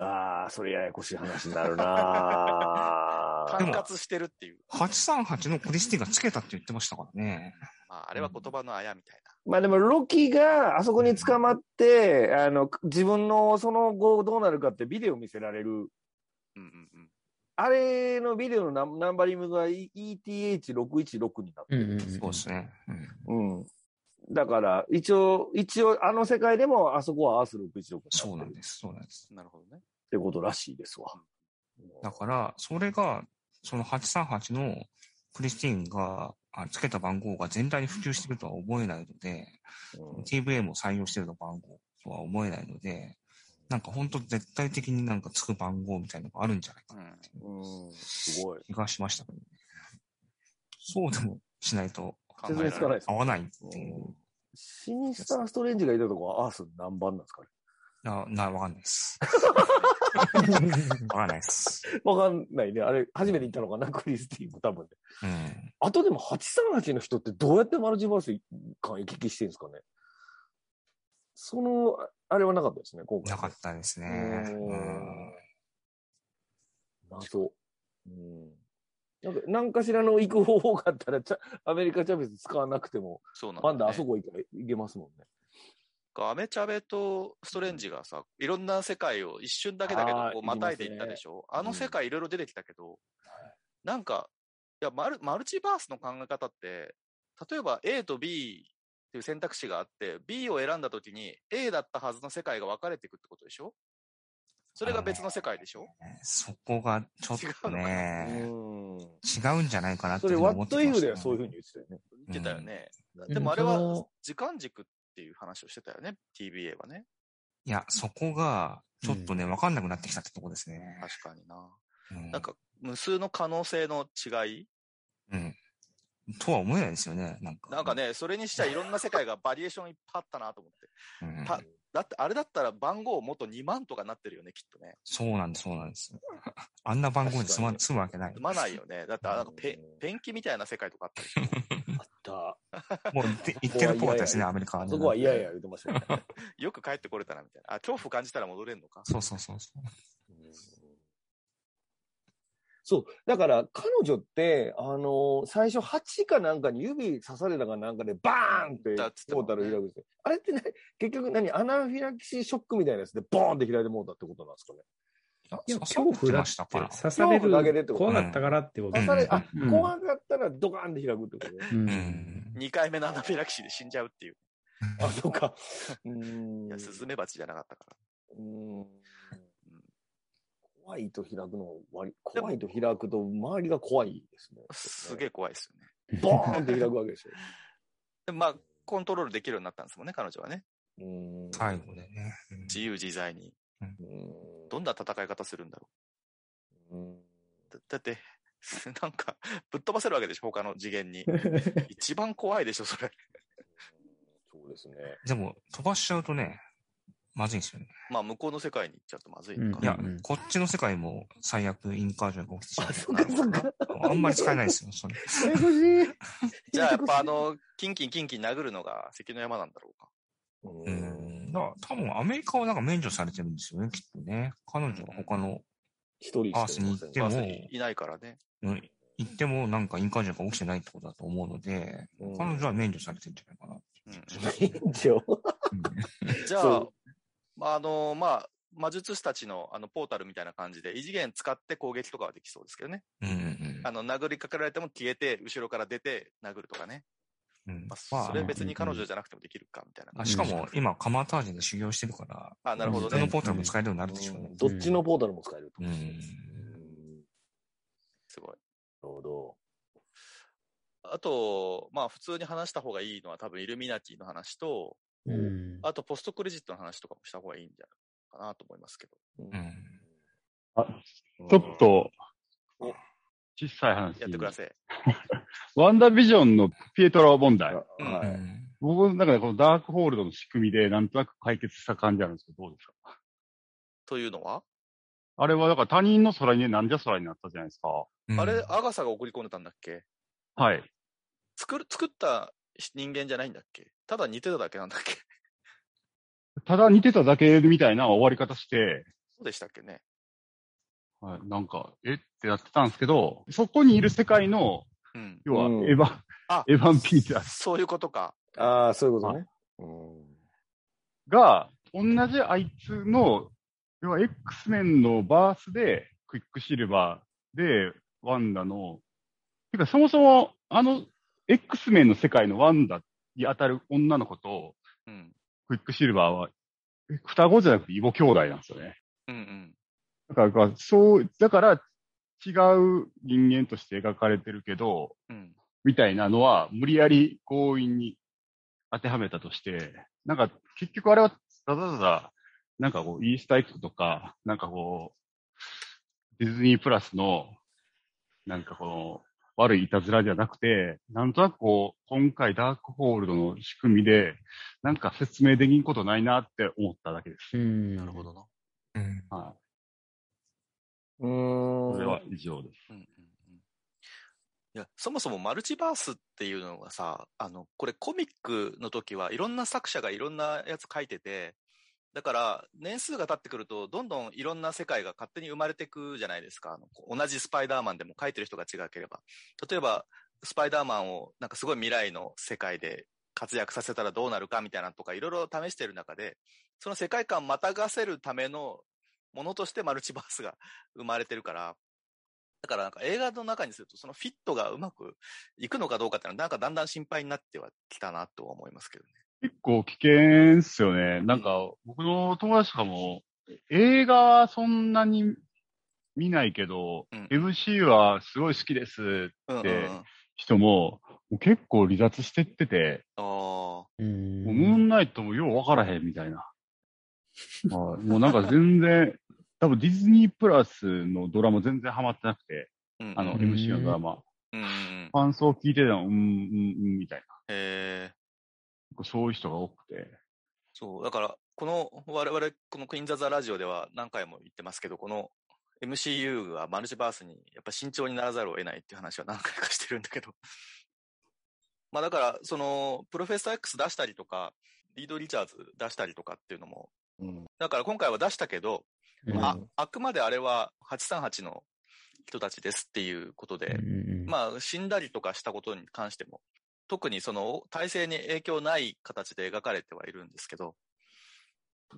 ああ、それややこしい話になるな
で
管
も
轄してるっていう。
838のクリスティがつけたって言ってましたからね。
まあ、あれは言葉のあやみたい
まあでも、ロキがあそこに捕まって、あの、自分のその後どうなるかってビデオ見せられる。
な。うんうんうん。
あれのビデオのナンナンバリングが ETH616 になっ
う
て
ん
る。
うんうん。
そうですね。うん
うん。だから、一応、一応、あの世界でもあそこはアース616
そう
に
な
なって
ん
るっ
です。そうなんです。
なるほどね。
てことらしいですわ。
だから、それが、その838のクリスティーンがあつけた番号が全体に普及してるとは思えないので、
うん
TVA も採用してるの番号とは思えないので、なんか本当絶対的になんかつく番号みたいなのがあるんじゃないか
う。
なん
うん、すごい。
気がしましたけどね。そうでもしないと
考え
説
られる。
明つかないです
合。わないっていう。
シニスターストレンジがいたとこはアース何番なんですかね
な、な、わかんない です。わかんないです。
わかんないね。あれ、初めて行ったのかなクリスティも多分ね。
うん。
あとでも838の人ってどうやってマルチバース間行き来してるんですかねその、あれはなかったですね、今回。
なかったですね。うん
謎。うん。なんか、何かしらの行く方法があったら、ちゃアメリカチャベス使わなくても、
そうなんだ、
ワ
ね。
ンダあそこ行け行けますもんね。
アメチャベとストレンジがさ、いろんな世界を一瞬だけだけど
あー、
こう、またいでいったでしょあ,、
ね
の世界いろいろ出てきたけど、なんか、いやマル、マルチバースの考え方って、例えば A と B っていう選択肢があって、B を選んだ時に A だったはずの世界が分かれていくってことでしょそれが別の世界でしょ
そこがちょっとね、違
う
うんじゃないかなっ
ん。
て
そ
い
れ、
うふうに
ワ
思
ッ
って
ト
き
イ
ま
フ
した
で
ね
はそういうふうに言ってたよね。
言ってたよね。
うん
でもあれ
うんそ
は
の
時間軸っていう話をしてたよね、TBA はね。
いや、そこが、ちょっとね、わかんなくなってきたってとこですね。
確かにな。
うん
なんか、無数の可能性の違い
うん。とは思えないですよね、なんか。
なんかね、それにしてはいろんな世界がバリエーションいっぱいあったなと思って。
うん、
ただって、あれだったら番号もっと2万とかなってるよね、きっとね。
そうなんです、そうなんです。 あんな番号に済ま
確かに
済むわ けない
す。まないよね。だって、あなんかペペンキみたいな世界とかあったりして
だ
もう言って言ってるっぽかったですね、アメリカは
あ
ね。
そこは嫌や言ってましたよね。
よく帰ってこれたらみたいな。あ、恐怖感じたら戻れんのか。
そうそうそうそう。
うんそう。だから、彼女って、あのー最初、8かなんかに指刺されたかなんかで、バーンって、
だっつって
トータル開くて。あれってね、結局何アナフィラキシーショックみたいなやつで、ボーンって開いてもうたってことなんですかね。
いや、
刺
恐怖だ
ま
っ
した
て
から。
刺され
恐怖だけでっ
る
て、こと
怖かったからってこと
刺され、あ、
うん
怖かったらドカーンって開くってことね。
う。
うんん。
2回目のアナフィラキシーで死んじゃうっていう。
あ、そうか。うーん。
いや、スズメバチじゃなかったから。
うーん怖いと開くの割り、
でも
怖いと開くと、周りが怖いですね。
すげえ怖いですよね。
ボーンって開くわけでしょ。
でまあ、コントロールできるようになったんですもんね、彼女はね。
うーん
最後でね。
自由自在に。
うん
どんな戦い方するんだろ
うん
う。だだって、 なんか、ぶっ飛ばせるわけでしょ、他の次元 に。一番怖いでしょ、それ。
そうですね。
でも、飛ばしちゃうとね、まずいんですよね。
まあ、向こうの世界に行っちゃうとまずいのか
う
い
な。
や、こっちの世界も最悪インカージョンが起きてしまう。
そっかそっか。
あんまり使えないですよ、それ。
ややこしい。
じゃあ、やっぱあの、キンキンキンキン殴るのが関の山なんだろうか。
う、
うんん。だから多分アメリカはなんか免除されてるんですよね、きっとね。彼女は他の、
一人しか
アースに行って
ま
も
あ、いないからね。
うん行ってもなんかインカージョンが起きてないってことだと思うので、
うん
彼女は免除されてるんじゃない かな
うん うん
いません炎上
じゃあ
そ、
まあ、あの、まあ、魔術師たちのあのポータルみたいな感じで、異次元使って攻撃とかはできそうですけどね。
うんうん
あの、殴りかけられても消えて、後ろから出て殴るとかね。
うんうん
まあ、
まあ
それ別に彼女じゃなくてもできるか、みたいな
あ。しかも今カマータージェで修行してるから、
あ、なるほど
普通の
ね。
ポータルも使えるようになるでしょうね
うん。どっちのポータルも使えると。
うん
なる
すごい。
ほど。
あと、まあ、普通に話した方がいいのは多分イルミナティの話と、
うん。
あとポストクレジットの話とかもした方がいいんじゃないかなと思いますけど。
うん
うん
ちょっと、小さい話。
やってください。
ワンダービジョンのピエトラ問題。
うん
は
う
い。
ん
僕の中でこのダークホールドの仕組みでなんとなく解決した感じあるんですけど、どうですか
というのは、
あれはだから他人の空にね、なんじゃ空になったじゃないですか。
うん
あれ、アガサが送り込んでたんだっけ
はい。
作る、作った人間じゃないんだっけただ似てただけなんだっけ
ただ似てただけみたいな終わり方して、
そうでしたっけね
はい、なんか、えってなってたんですけど、そこにいる世界の、
うん。
要は
うん
エヴァ、
あ
エヴァン・ピーターズ
そういうことか。
ああ、そういうことね。うん
が、同じあいつの、要は X メンのバースで、クイックシルバーで、ワンダの、てかそもそも、あの、X メンの世界のワンダに当たる女の子と、
うん。
クイックシルバーは、え双子じゃなくて異母兄弟なんですよね。
うんうん。
だからか、そう、だから、違う人間として描かれてるけど、
うん。
みたいなのは、無理やり強引に当てはめたとして、なんか、結局あれは、ただただ、なんかこう、イースターエッグとか、なんかこう、ディズニープラスの、なんかこの、悪いいたずらじゃなくて、なんとなくこう、今回ダークホールドの仕組みで、なんか説明できんことないなって思っただけです。
ん。
なるほど。な。
うん
は
う
い。
ーん。
それは以上です。
うんうんうんいや、そもそもマルチバースっていうのがさ、あの、これコミックの時はいろんな作者がいろんなやつ書いてて、だから年数が経ってくるとどんどんいろんな世界が勝手に生まれてくじゃないですか。あのこう同じスパイダーマンでも書いてる人が違ければ。例えば、スパイダーマンをなんかすごい未来の世界で活躍させたらどうなるかみたいなのとかいろいろ試してる中で、その世界観またがせるためのものとしてマルチバースが生まれてるから、だからなんか映画の中にするとそのフィットがうまくいくのかどうかっていうのはなんかだんだん心配になってはきたなとは思いますけどね。
結構危険っすよね。なんか、僕の友達とかも、映画はそんなに見ないけど、
うん
MC はすごい好きです
うんうん
で
うん。あ
人も、もう結構離脱してってて、
あ。
うん。
もうムーンナイトもようわからへんみた いな。はいもうなんか全然、多分ディズニープラスのドラマ全然ハマってなくて、
うん
あの、
うん
MC のドラマ。
うんうん。
感想聞いてたの、うん、うん、うん、みたいな。
えー
結構そういう人が多くて。
そう。だから、この我々、このクイーンザザラジオでは何回も言ってますけど、この MCU がマルチバースにやっぱ慎重にならざるを得ないっていう話は何回かしてるんだけど。 まあだから、その、プロフェッサー X 出したりとか、リード・リチャーズ出したりとかっていうのも、
うん
だから今回は出したけど、
うん
あ、あくまであれは838の人たちですっていうことで、
うん
まあ、死んだりとかしたことに関しても、特にその体制に影響ない形で描かれてはいるんですけど、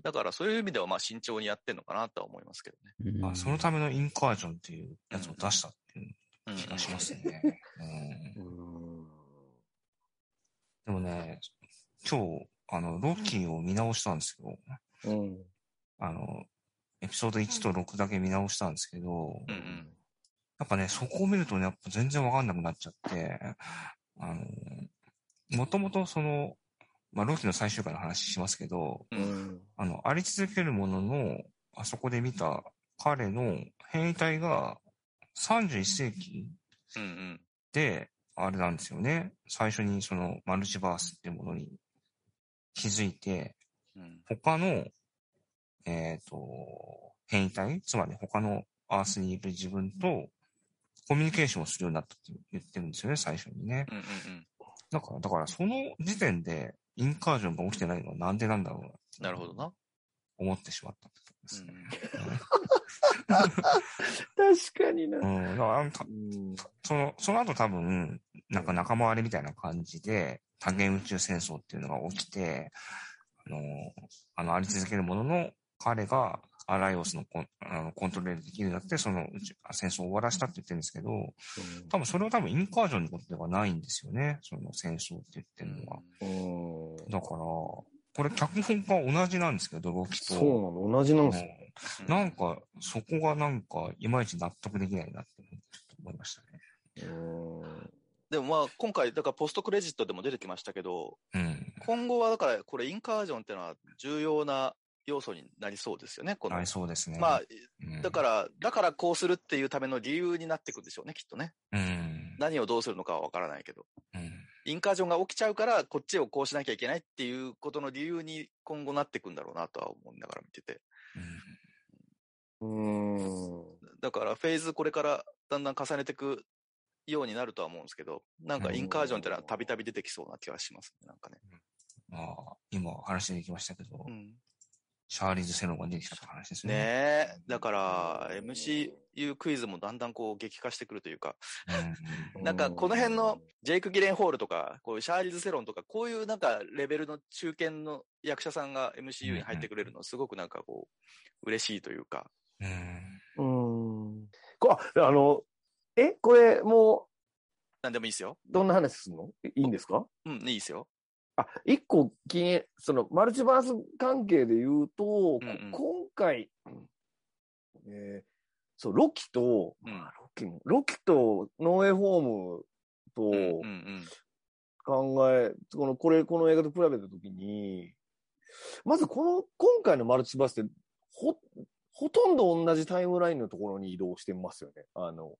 だからそういう意味ではまあ慎重にやってんのかなとは思いますけどね。
うん
あそのためのインカージョンっていうやつを出したっていう
うん
気がしますね。うんでもね、今日、あの、ロッキーを見直したんですけど、
うん。
あの、エピソード1と6だけ見直したんですけ
う
ど、
んうん
やっぱね、そこを見るとね、やっぱ全然わかんなくなっちゃって、あの、もともとその、まあ、ロッキーの最終回の話しますけど、
う
うんん。
あの、あり続けるものの、あそこで見た彼の変異体が31世紀
うんうん
で、あれなんですよね。最初にそのマルチバースっていうものに気づいて、
うん
他の、えっ、と、変異体、つまり他のアースにいる自分とコミュニケーションをするようになったって言ってるんですよね、最初にね。
うんうん
だから、だからその時点でインカージョンが起きてないのはなんでなんだろうな。
なるほどな。
思ってしまったってことです
うん
ね。
確かにな。
うん、だからあのた
うん
その、その後多分、なんか仲間割れみたいな感じで、多元宇宙戦争っていうのが起きて、あの、あの、あり続けるものの、彼がアライオスのコンあのコントロールできるようになって、その宇宙あ戦争を終わらしたって言ってるんですけど、多分それは多分インカージョンのことではないんですよね。その戦争って言ってるのは。
うん
だから、これ脚本が同じなんですけど、ロキ
そ
と。
うなの同じなんですよ。
う
うんなんか、そこがなんか、いまいち納得できないなって、ちょっと思いましたね。
でもまあ今回、だからポストクレジットでも出てきましたけど、
うん。
今後はだからこれインカージョンってのは重要な要素になりそうですよね、この。
なりそうですね。
まあ、
うん
だから、だからこうするっていうための理由になってくるでしょうね、きっとね。
うん。
何をどうするのかはわからないけど。
うん。
インカージョンが起きちゃうから、こっちをこうしなきゃいけないっていうことの理由に今後なってくんだろうなとは思いながら見てて。
うん
うん。
だからフェーズこれからだんだん重ねていくようになるとは思うんですけど、なんかインカージョンってのはたびたび出てきそうな気がしますね、なんかね。
まあ、今お話できましたけど、
うん、
シャーリーズ・セロンが出てきたって話ですね。
ねえ、だから MCU クイズもだんだんこう激化してくるというか、なんかこの辺のジェイク・ギレンホールとか、こういうシャーリーズ・セロンとか、こういうなんかレベルの中堅の役者さんが MCU に入ってくれるのすごくなんかこう、嬉しいというか、
うん。うん。
うん。こあ、あの、え、これ、も
なんでもいいですよ。
う、どんな話するのいいいんですか
うん、いいですよ。
あ、一個気に、その、マルチバース関係で言うと、こ
うんうん
今回、えーそう、ロキと、
うん
まあロキも、ロキとノーエホーム
うん、うん、う
と
ん。
考え、この、これ、この映画と比べたときに、まずこの、今回のマルチバースって、ほ、ほとんど同じタイムラインのところに移動してますよね。あの、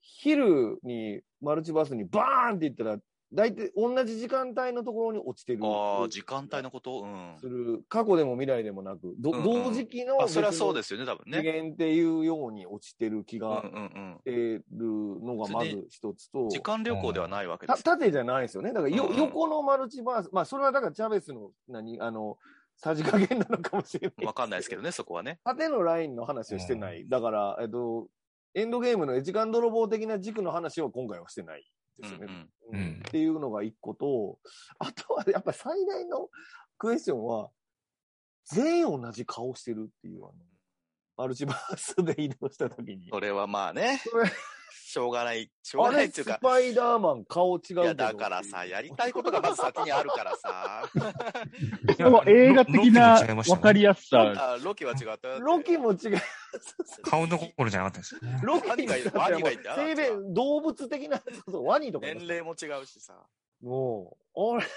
昼に、マルチバースにバーンって言ったら、大体同じ時間帯のところに落ちてる。
ああ、時間帯のことうん。
する、過去でも未来でもなく、ど
うんうん
同時期の
あ、それはそうですすよね、多分
次
ね。
元っていうように落ちてる気
うん、う
が
ん、
してるのがまず一つ
うん。
と、
時間旅行ではないわけで
た
す。
縦じゃないですよね。だからよ、
うんうん
横のマルチバース、まあそれはだからチャベスの、何、あの、さじ加減なのかもしれない。
わかんないですけどね、そこはね。
縦のラインの話をしてない。だから、えっと、エンドゲームの時間泥棒的な軸の話を今回はしてないですよね。
うん
うんうん
っていうのが一個と、あとはやっぱ最大のクエスチョンは、全員同じ顔してるっていう、あの、マルチバースで移動した時に。
それはまあね
それ、
しょうがない、しょう
あ
がない
れ、
ってい
ス
うか、
パイダーマン顔違うけ
い
ど
や、だからさ、やりたいことがまず先にあるから さ。
いや
この映画的な
ロロッキーも違いましたね
わかりやすさ、
あロキは違ったよ。
ロキも違う。
顔どころじゃなかったですよね。
ロキ
ワニ がいる
だって
ワニがいるんだよ
性
あっちは
別、動物的な、そうそうワニとかいます
年齢も違うしさ。
もう、あれ、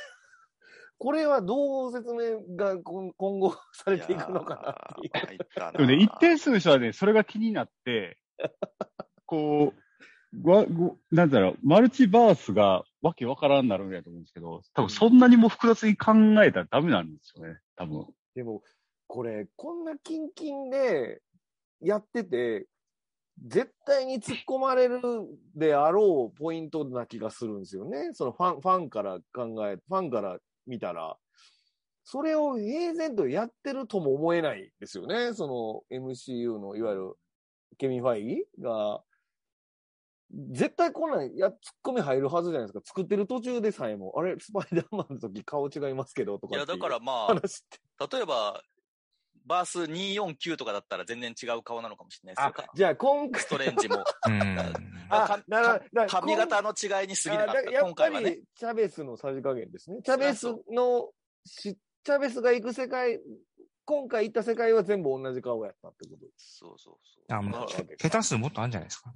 これはどう説明が今今後されていくのかなってい
い
う。
やー参ったな
でもね、一定数の人はね、それが気になって、 こう、わごなんだろう、マルチバースがわけわからんなるんやと思うんですけど、多分そんなにも複雑に考えたらダメなんですよね、多分。
でも、これ、こんなキンキンでやってて、絶対に突っ込まれるであろうポイントな気がするんですよね。そのファン、ファンから考え、ファンから見たら。それを平然とやってるとも思えないですよね。その MCU のいわゆるケミン・ファイギーが、絶対こんなんや、突っ込み入るはずじゃないですか。作ってる途中でさえも、あれ、スパイダーマンの時顔違いますけど、と
い
か
や、
ってい
だ
う
からまあ、
話って。
例えば、バース249とかだったら全然違う顔なのかもしれないですよ
あ
か、。
じゃあ今回
ス、トレンジ も。
うん。
あ
あ
か
なるほどだから
髪型の違いに過ぎなか
あ
っ
だら
た、
や
今
っぱ
回はね。
り、チャベスのさじ加減ですね。チャベスのし、チャベスが行く世界、今回行った世界は全部同じ顔やったってことです。
そうそうそう。
あも
だ
う
か
け下手数もっとあるんじゃないですか。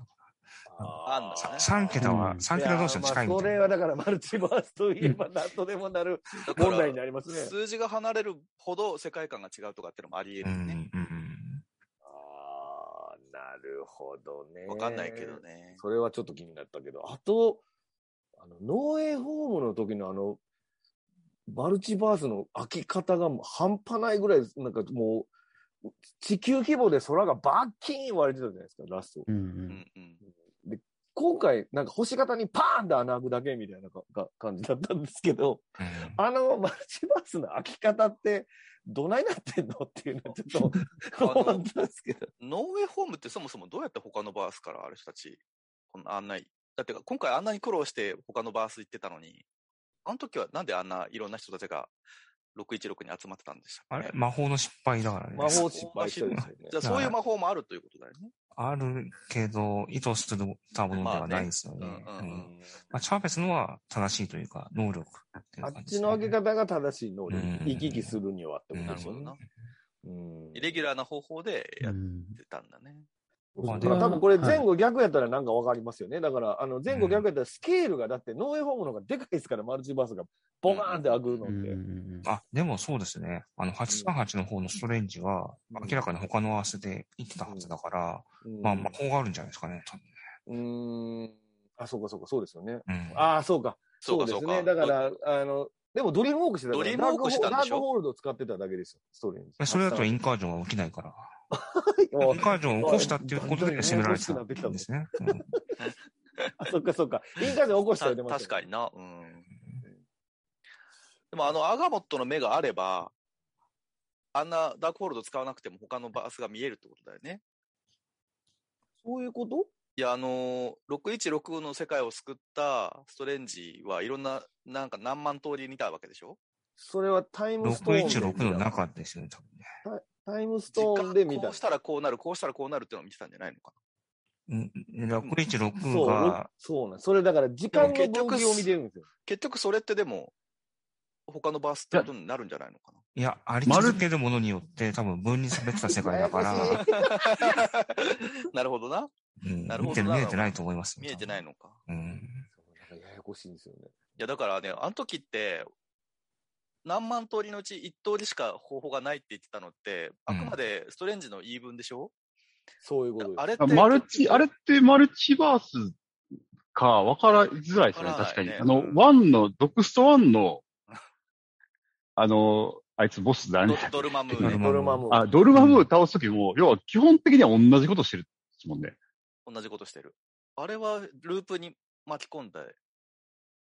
あんのかな
3桁は
う、ん
3桁同士の近い
いや
み
まあそ
たい
れ
な。
はだからマルチバースといえば何とでもなる
らだから
問題になりますね。
数字が離れるほど世界観が違うとかってのもあり
う
得るよね。
ん。うん
ああ、なるほどね。
わかんないけど。ね。
それはちょっと気になったけど、あと、あの、ノーエイホームの時のあの、マルチバースの開き方がもう半端ないぐらい、なんかもう、地球規模で空がバッキーン割れてたじゃないですか、ラスト。
うん
う
うん
んうん。
今回、なんか星型にパーンって穴開くだけみたいなかか感じだったんですけど、
うん
あのマルチバースの開き方って、どないなってんのっていうのはちょっと
あの
思ったんですけど。
ノーウェイホームってそもそもどうやって他のバースからある人たち、この案内、だってか今回あんなに苦労して他のバース行ってたのに、あの時はなんであんないろんな人たちが616に集まってたんでした
あ
っけ
れ魔法の失敗だからね。
魔法失敗したですよね
じゃ。あそういう魔法もあるということだよね。
あるけど、意図するたものではないですよね。
まあねうんうんうん
うんまあチャーベスのは正しいというか、能力っていう
あっ
感じで
ち
すね
の開け方が正しい能力
うん。
行き来するにはってこ
うん
と
な
で
る
す
ほ
よ
ど
ね
な。。
うん
イレギュラーな方法で
う
やっ
ん
てたんだね。
まあ
だから多分これ前
はい
後逆やったらなんかわかりますよね。だから、あの前後逆やったらスケールが、だってノーエフォームの方がでかいですから、マルチバースがボカーンって開くの
う
っ
んうん
て。
うん
あ、でもそうですね。あの、838の方のストレンジは、
うん
明らかに他の合わせで生きたはずだから、
うん
まあ、魔法があるんじゃないですかね。多分
うーん。あ、そうかそうか、そうですよね。
うん。
ああ、そうか。
そうか
で
そう
す
か。
ね。だから、あの、でもドリームウォークしてたから
ドリームウォークしてたんでしょ
ダークホールドを使ってただけですよ、ストーリーに
それだとインカージョンは起きないから。
もう
インカージョンを起こしたっていうことで責められてたんですね。うん
あそっかそっか。インカージョン起こしたら出ま
た
す
確か
よ
にな。うん。でもあの、アガモットの目があれば、あんなダークホールド使わなくても他のバースが見えるってことだよね。
そういうこと
いや、あのー、616の世界を救ったストレンジはいろんな、なんか何万通り見たわけでしょ
それはタイムストーンで見た。
616の中ですよね、多分ね。
タイムストーンで見
こ
た
うし。たらこうなる、こうしたらこうなるっていうのを見てたんじゃないのか
うん616
そう
が、、
そうなん。それだから時間の分岐を見てるんですよ。
結局それってでも、他のバースってことになるんじゃないのかない
や、あり続けるものによって多分分離されてた世界だか
やや
ら
こ、しい
な るほどな。
うん
なるほど
見てる
な
見えてないと思いますよ。
見えてないのか。
多分。うん。
なんかややこしいんですよね。
いや、だからね、あの時って、何万通りのうち1通りしか方法がないって言ってたのって、あくまでストレンジの言い分でしょ、
そういうことです。
あれって
あ。マルチ、あれってマルチバースか、わからづらいですね、
わから
確
な
か
い
に。
ね
あの、ワンの、ドクストワンの、あの、あいつボスだ
ド
ね。
ドルマム
ド
ー
ル
ね。
マ
ドルマム。
あ、ドルマムー倒すときも、要は基本的には同じことしてるんですもんね。
同じことしてる。あれはループに巻き込んだ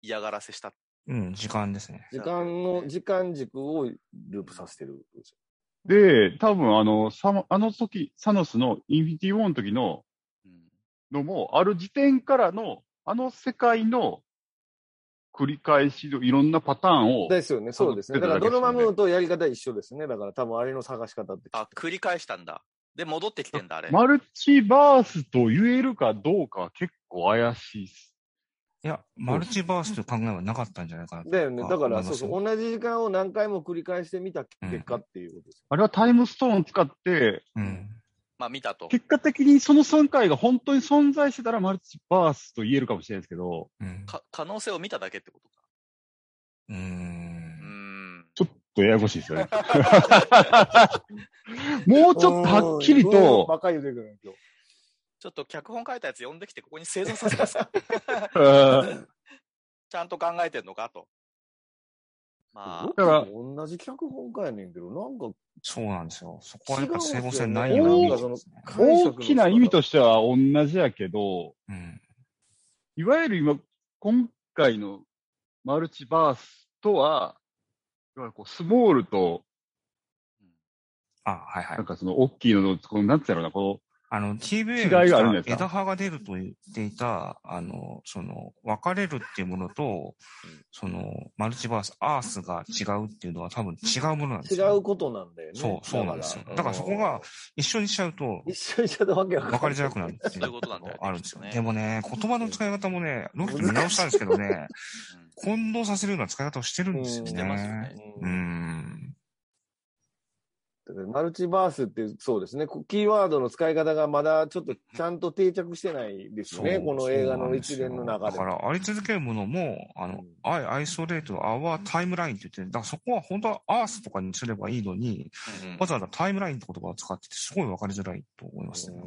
嫌がらせした。
うん、時間ですね。
時間の、時間軸をループさせてる。
で、多分あの、サノあの時、サノスのインフィニティウォーの時の、
うん
のも、ある時点からの、あの世界の繰り返しのいろんなパターンを、
ですよね。そうですね。だからドルマムーとやり方一緒ですね。だから多分あれの探し方って。
あ、繰り返したんだ。で、戻ってきてんだ、あれ。
マルチバースと言えるかどうかは結構怪しいっす。
いや、マルチバースという考えはなかったんじゃないかなと。
だよね。だから、そうそう。
う。
同じ時間を何回も繰り返してみた結果っていうことです。
あれはタイムストーンを使って、
うん。
まあ見たと。
結果的にその3回が本当に存在してたらマルチバースと言えるかもしれないですけど、
うん。
か可能性を見ただけってことか。
うー。
うんん。
ちょっとややこしいです よね。もうちょっとはっきり
おー
と、
バカ言うてくるんですよ。
ちょっと脚本書いたやつ呼んできて、ここに生存させますか
うん
ちゃんと考えてんのかと。まあ
だから
同じ脚本家やねんけど、なんか、
そうなんですよ。そこはやっぱ整合性ない
違うん
よ
で
な
す
と
よ
思
ね
いますね。
大きな意味としては同じやけど、
うん。
いわゆる今、今回のマルチバースとは、いわゆるこうスモールと、
あ、はいはい
なん。かその大きいのの、このなんていうのかな、こ
あの、
違いがあるんじゃない
TVA
ですか
枝葉が出ると言っていた、あの、その、分かれるっていうものと、その、マルチバース、アースが違うっていうのは多分違うものなんです
違
よ。
うことなんだよね。
そうそうなんですよだからそこが、一緒にしちゃうと、
一緒にしちゃったわけわかんない
分かりづらくなるってい
そういう
う
こ
こと
なんだよね
とあるんですよ
きっ
ね。
とね
でもね、言葉の使い方もね、ロフト見直したんですけど ね、
うん
混同させるような使い方をしてるんですよ
うん
ね。
してますよね
う
うん
ん。
だからマルチバースってそうですね、こキーワードの使い方がまだちょっとちゃんと定着してないですよね、この映画の一連の中で。
そうなんすよだから、あり続けるものも、あの、アイ、アイソレート、アワータイムラインって言って、だからそこは本当はアースとかにすればいいのに、
うん
わざわざタイムラインって言葉を使ってて、すごいわかりづらいと思いますね。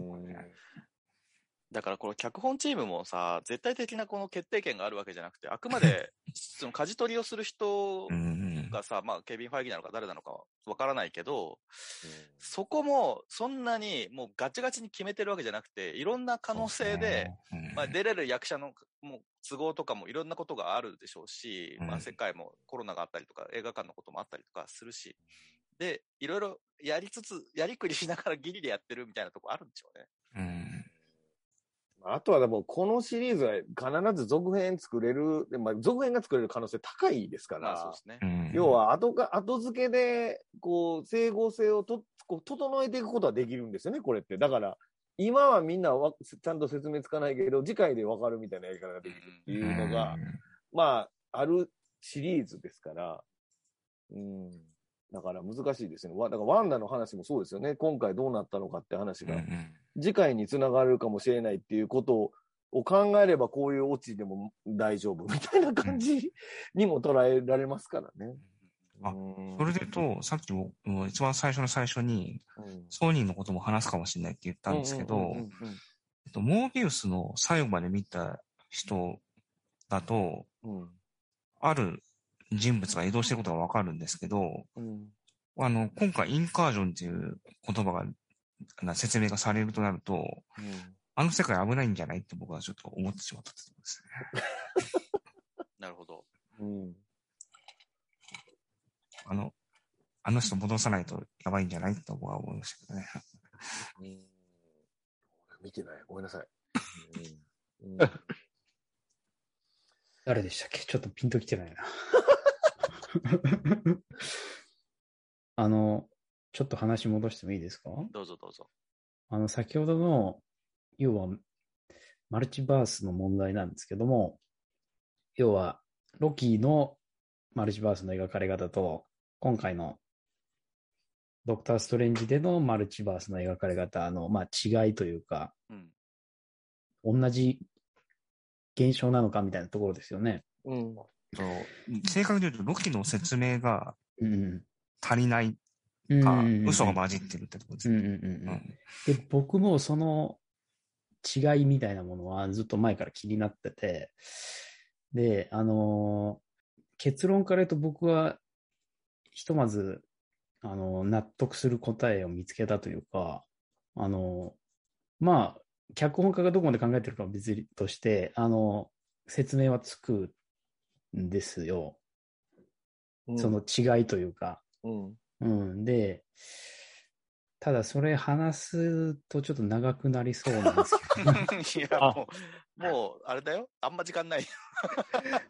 だからこの脚本チームもさ、絶対的なこの決定権があるわけじゃなくて、あくまで、その舵取りをする人
うんうん。
がさ、まあ、ケビン・ファイギーなのか誰なのかわからないけど、そこもそんなにもうガチガチに決めてるわけじゃなくて、いろんな可能性で、
うん、
まあ、出れる役者のもう都合とかもいろんなことがあるでしょうし、
うん
まあ、世界もコロナがあったりとか、映画館のこともあったりとかするし、で、いろいろやりつつ、やりくりしながらギリでやってるみたいなとこあるんでしょうね。
うん。
あとはでも、このシリーズは必ず続編作れる、でまあ、続編が作れる可能性高いですから、
まあ、そうですね
う。ん
要、は後か後付けでこう整合性をとこう整えていくことはできるんですよね、これって。だから今はみんなわちゃんと説明つかないけど、次回でわかるみたいなやり方ができるっていうのが、まあ、あるシリーズですから、うん。だから難しいですよね。わだからワンダの話もそうですよね。今回どうなったのかって話
うん、う
が
ん
次回につながるかもしれないっていうことを考えれば、こういうオチでも大丈夫みたいな感じにも捉えられますからね。
あ
うん
それで言うと、さっきも、うん一番最初の最初に、
うん
ソニーのことも話すかもしれないって言ったんですけど、
うんうんうんうん
えっと、モービウスの最後まで見た人だと、
うん
ある人物が移動してることがわかるんですけど、
うん
あの、今回インカージョンっていう言葉が、な説明がされるとなると、あの世界危ないんじゃないって僕はちょっと思ってしまったってことですね。
なるほど。
うんうん
あの、あの人戻さないとやばいんじゃないって僕は思いましたけどね。
見てない。ごめんなさい。うん
誰でしたっけちょっとピンときてないな。あの、ちょっと話戻してもいいですか
どうぞどうぞ。
あの、先ほどの、要は、マルチバースの問題なんですけども、要は、ロキのマルチバースの描かれ方と、今回のドクター・ストレンジでのマルチバースの描かれ方の、まあ、違いというか、
うん。
同じ現象なのかみたいなところですよね。
うん
そう正確に言うと、ロキの説明が
うん
足りない
うん。
か、
うん
嘘が混じってるってことです
うんうん
ね。
うん
う
うんん。で、僕もその違いみたいなものはずっと前から気になってて、で、あのー結論から言うと僕は、ひとまず、あのー納得する答えを見つけたというか、あのーまあ、脚本家がどこまで考えてるかは別にとして、あのー説明はつくんですよ。
うん
その違いというか。
うん
うん、で、ただそれ話すとちょっと長くなりそうなんですけど、
いや、もう、もう、あれだよ。あんま時間ない。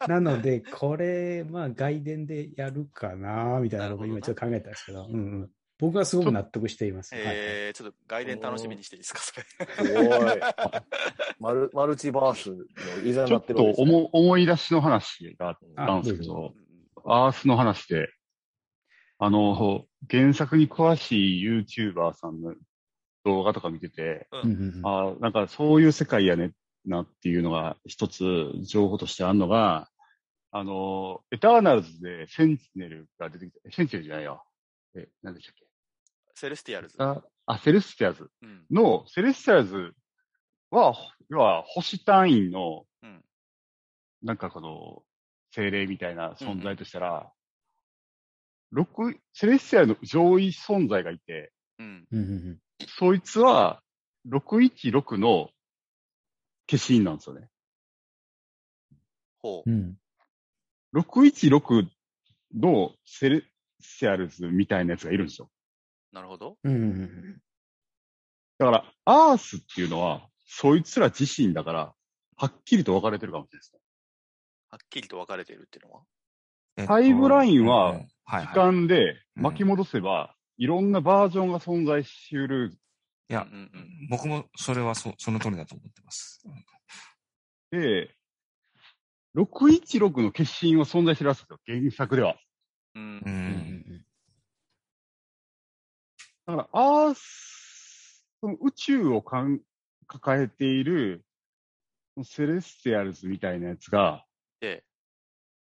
なので、これ、まあ、外伝でやるかな、みたいなことを今ちょっと考えたんですけど、うんうん、僕はすごく納得しています。はい
えー、ちょっと外伝楽しみにしていいですか、それ。
すごい。マルマルチバースのいざ
ちょ
なっ
ってと
るわけですね
思思い出しの話があったんですけ
あど
ど
う、ん
アースの話で、あの、原作に詳しい YouTuber さんの動画とか見てて、
うんうんうん
あーなんかそういう世界やねなっていうのが一つ情報としてあるのが、あの、エターナルズでセンチネルが出てきた、センチネルじゃないよ。え、なんでしたっけ
セルスティアルズ。
ああ、セレスティアズ
うん。
の、セレスティアズは、要は星単位の、
うん
なんかこの、精霊みたいな存在としたら、六セレスティアルの上位存在がいて、
うん。
うんうん
そいつは、616の化身なんですよね。
ほう。
うん
616のセレシアルズみたいなやつがいるんですよ。
なるほど。
うんうん
だから、アースっていうのは、そいつら自身だから、はっきりと分かれてるかもしれないですね。
はっきりと分かれているっていうのは。
えっと
タイムラインは
うんうんはい
時
はい。
間で巻き戻せば、いろんなバージョンが存在しうる。
いや
うんうんうん。
僕もそれはそその通りだと思ってます。
で、616の決心は存在してるらしいですよ。原作では。
うん
うん。
うんうん
だから、アース、その宇宙をかん抱えている、セレスティアルズみたいなやつが、
で、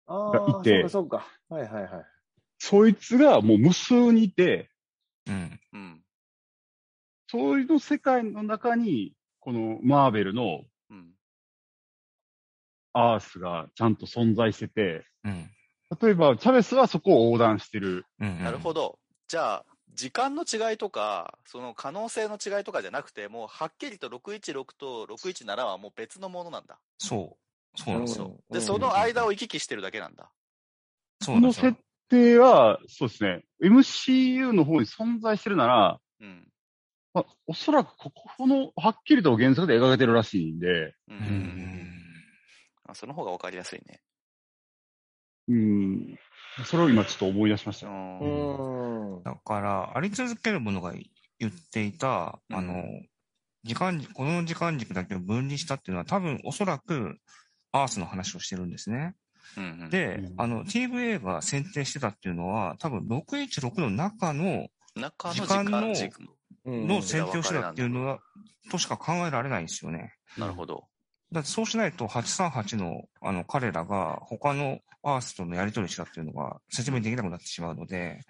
あ
が
あ、
い
そ
て
うかそうか。はいはいはい。
そいつがもう無数にいて、
うん。
うん。
そういうの世界の中に、このマーベルの
うん。
アースがちゃんと存在してて、
うん。
例えば、チャベスはそこを横断してる。
うん。
なるほ
ど。
ど。じゃあ、時間の違いとか、その可能性の違いとかじゃなくて、もうはっきりと616と617はもう別のものなんだ。
そう。そうなんですよ。
で、その間を行き来してるだけなんだ。
そう
こ
なん
の
ですよ
設。定は、そうですね、MCU の方に存在してるなら、
うん。
まあ、おそらくここの、はっきりと原作で描けてるらしいんで、
うん。う
うん
ん、あその方が分かりやすいね。
うん。それを今ちょっと思い出しました
う
よ。
ん。
う
うん。
ん。
だから、あり続けるものが言っていた、
うん
あの、時間軸、この時間軸だけを分離したっていうのは多分おそらくアースの話をしてるんですね。
うん、
で、
うん
あの、TVA が選定してたっていうのは多分616の中の
中の
時
時
間の
間軸。
うん
の選挙手段っていうのは、としか考えられないんですよね。
なるほど。
だってそうしないと838のあの彼らが他のアースとのやり取りしたっていうのが説明できなくなってしまうので、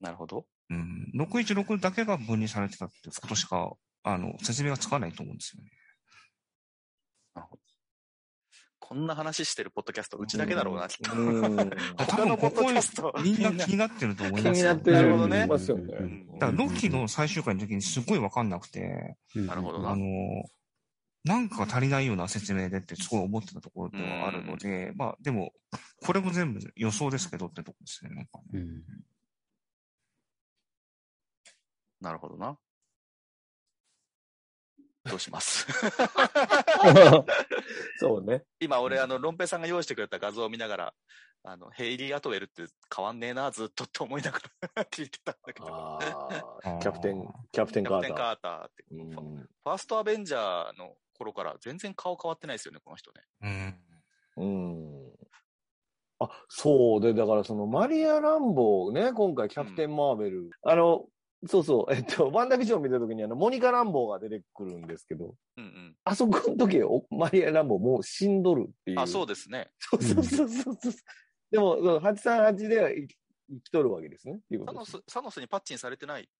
なるほど。
うん、616だけが分離されてたってことしか、あの、説明がつかないと思うんですよね。
こんな話してるポッドキャスト、うちだけだろうな、きっと。
うん
他のポッドキャスト。
みんな気になってると思いますよ
気になってる
なるほどね
いますよね
うん
だからロッキーの最終回の時にすごいわかんなくて、
なるほど
あの、なんか足りないような説明でってすごい思ってたところではあるので、まあでも、これも全部予想ですけどってとこですね、なんかね。
うん
なるほどな。どうします
そうね。
今、俺、あの、ロンペイさんが用意してくれた画像を見ながら、あの、ヘイリー・アトウェルって変わんねえな、ずっとって思いながら 聞いてたんだけど。
あーキャプテン、キャプテン
キ
カ
ャ
ー
プテン・
ター。
カーターって。ファ
う
ファースト・アベンジャーの頃から全然顔変わってないですよね、この人ね。
うん。
ん。うんあ、そうで、だからそのマリア・ランボーね、今回キャプテン・マーベル。あの、そうそう、えっと、ワンダビジョン見た時にあの、モニカ・ランボーが出てくるんですけど、
うん
あそこの時、おマリア・ランボーもう死んどるってい
うん。
う。
あ、そう
う。
ですね。
そうそうそうそうそう。でも、その838では生き生きとるわけですね。っていうこ
サ
とで
ノ
す
ス、サノスにパッチンされてない。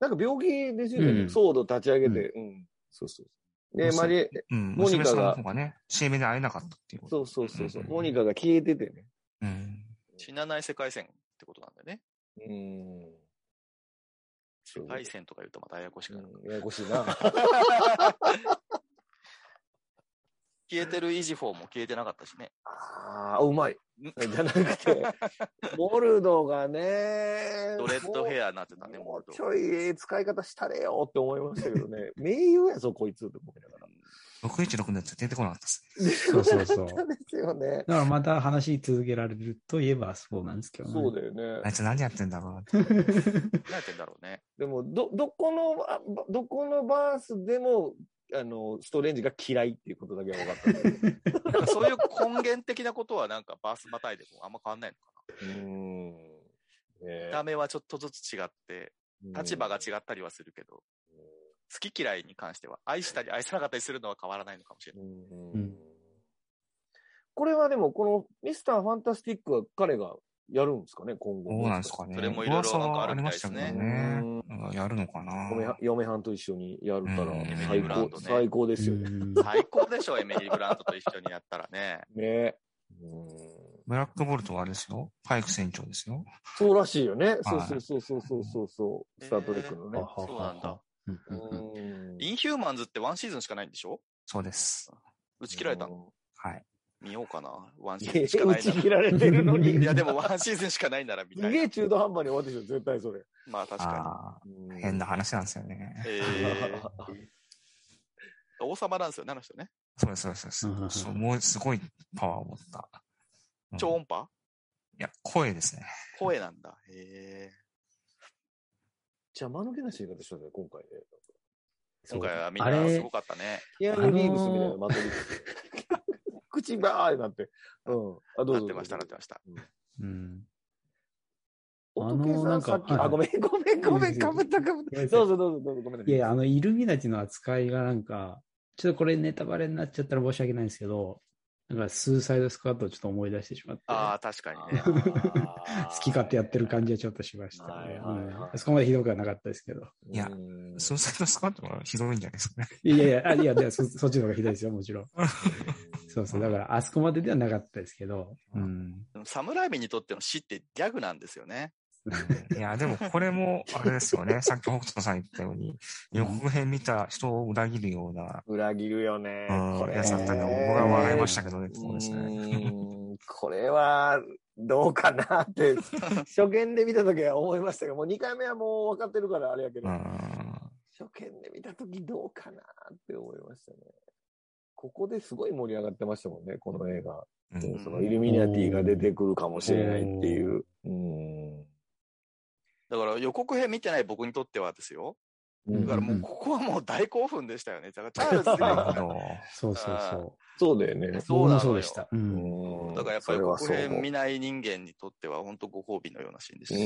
なんか病気ですよね。
うん
ソード立ち上げて。うん。そうそう。で、
そう
マリエ、
うん、
モニ
娘
カ
さん
が
の方がね、CM で会えなかったっていうこと。
そうそうそうそう。
うん
モニカが消えててね。
うん。
死なない世界線ってことなんだよね。
うん。そ
世界線とか言うとまたややこしくなる。
うんややこしいな。
消えてるイージフォーも消えてなかったしね。
ああ、う まい。
ん
じゃなく て、モルドがね、
ドレッドヘ
ア
アになってたね、
も
も
う
う
ちょいええ使い方したれよって思いましたけどね。名優やぞ、こいつって思いながら。
616のやつ出てこなかったです
そうそうそう。
そう ですよね。
だからまた話し続けられるといえばそうなんですけどね。
そうだよね。
ね。あいつ何やってんだろうなって。
何やってんだろうね。
でも、ど、どこの、あばどこのバースでも、あの、ストレンジが嫌いっていうことだけは分かったんだけど。
なんかそういう根源的なことはなんかバースまたいでもあんま変わんないのか
うーん。 ね
な。
え
見た目はちょっとずつ違って、立場が違ったりはするけど、好き嫌いに関しては愛したり愛さなかったりするのは変わらないのかもしれない。
うん
うん
これはでも、このミスターファンタスティックは彼がやるんですかね、今後。
どうなんですかね。
それもいろいろ
噂
なんか
は
あ
あ
る
り
みた
ま
いです
したけ
ね
どね
うん。
なんかやるのかな。
嫁は嫁はんと一緒にやるか
うん
ら、
エミリ
最
ーブラ
高
ン、ドね
最高ですよね。
うん
最高でしょ、エミリー・ブラントと一緒にやったらね。
ねうん
ブラックボルトはあれですよ。パイク船長ですよ。
そうらしいよね。そうそうそうそうそうそうそう。
えー
スタートレックのね。
そうなんだ。
うんうんうん
うん
インヒューマンズってワンシーズンしかないんでしょ
そうです。
打ち切られたの
はい。
見ようかな。ワンシーズ
え
ンしか
ー打
ない
ち
なら
切られてるのに。
いや、でもワンシーズンしかないならみ
す
たい
げ
な。
え中途半端に終わってしょ、絶対それ。
まあ確か
ああ、変な話なんですよね。
に。えー、王様なんですよね、あの人ね。
そうです、そうですそうです。そうもうすごいパワーを持った。うん
超音波
いや、声ですね。
声なんだ。へえ。
邪魔抜けな死に方したね、今回ね。
今回はみん
あ
な
れ
すごかったね。
キア
あ
ヌ・
のー
リーブスみたいなまとめて。口ばーってなって。うん。あ、どう
な
ぞ。
ってました、なってました。
うん
おとけ
あのー
さ
なん
ん
か
さっき、
はい
あ、ごめん、ごめん、ごめ
いい
ん、
です
か
よ
ぶった、かぶっ
いやい
た。
や
どうぞ、どうぞ、どうぞ、ごめんなさ
いやいや、あの、イルミナティの扱いがなんか、ちょっとこれネタバレになっちゃったら申し訳ないんですけど、なんかスーサイドスクワットをちょっと思い出してしまって、
ああ、
好
確かにね。
あー
き勝手やってる感じはちょっとしました
は
ね
い。
う
はいはい
んそこまでひどくはなかったですけど。
いや
うん
スーサイドスクワットはひどいんじゃないですかね。
いやいや、あいやいやそ、 そっちの方がひどいですよ、もちろん。そうそう、だからあそこまでではなかったですけど、うん。
でも侍民にとっての死ってギャグなんですよね。
いや、でもこれも、あれですよね。 さっき北斗さん言ったように、予告編見た人を裏切るような、
裏切るよね
う。ん、
これ
やつだったんで、僕は笑いましたけどね、そうですね。
うんこれは、どうかなって、初見で見たときは思いましたが、もう2回目はもう分かってるからあれやけど
う、ん。
初見で見たときどうかなって思いましたね。ここですごい盛り上がってましたもんね、この映画。
うん
ん
そのイルミナティが出てくるかもしれないっていう。うん。
だから予告編見てない僕にとってはですよ。
うん
だからもう、ここはもう大興奮でしたよね。だからチャールズ出てくる
な
か
る ほど。
そうそうそ
そうだよね
ら。。
う。僕
な
も
の
そう
よ
でした。うん。
うん
だからやっぱり
それは
国
そう思う
編見ない人間にとっては本当ご褒美のようなシーンでした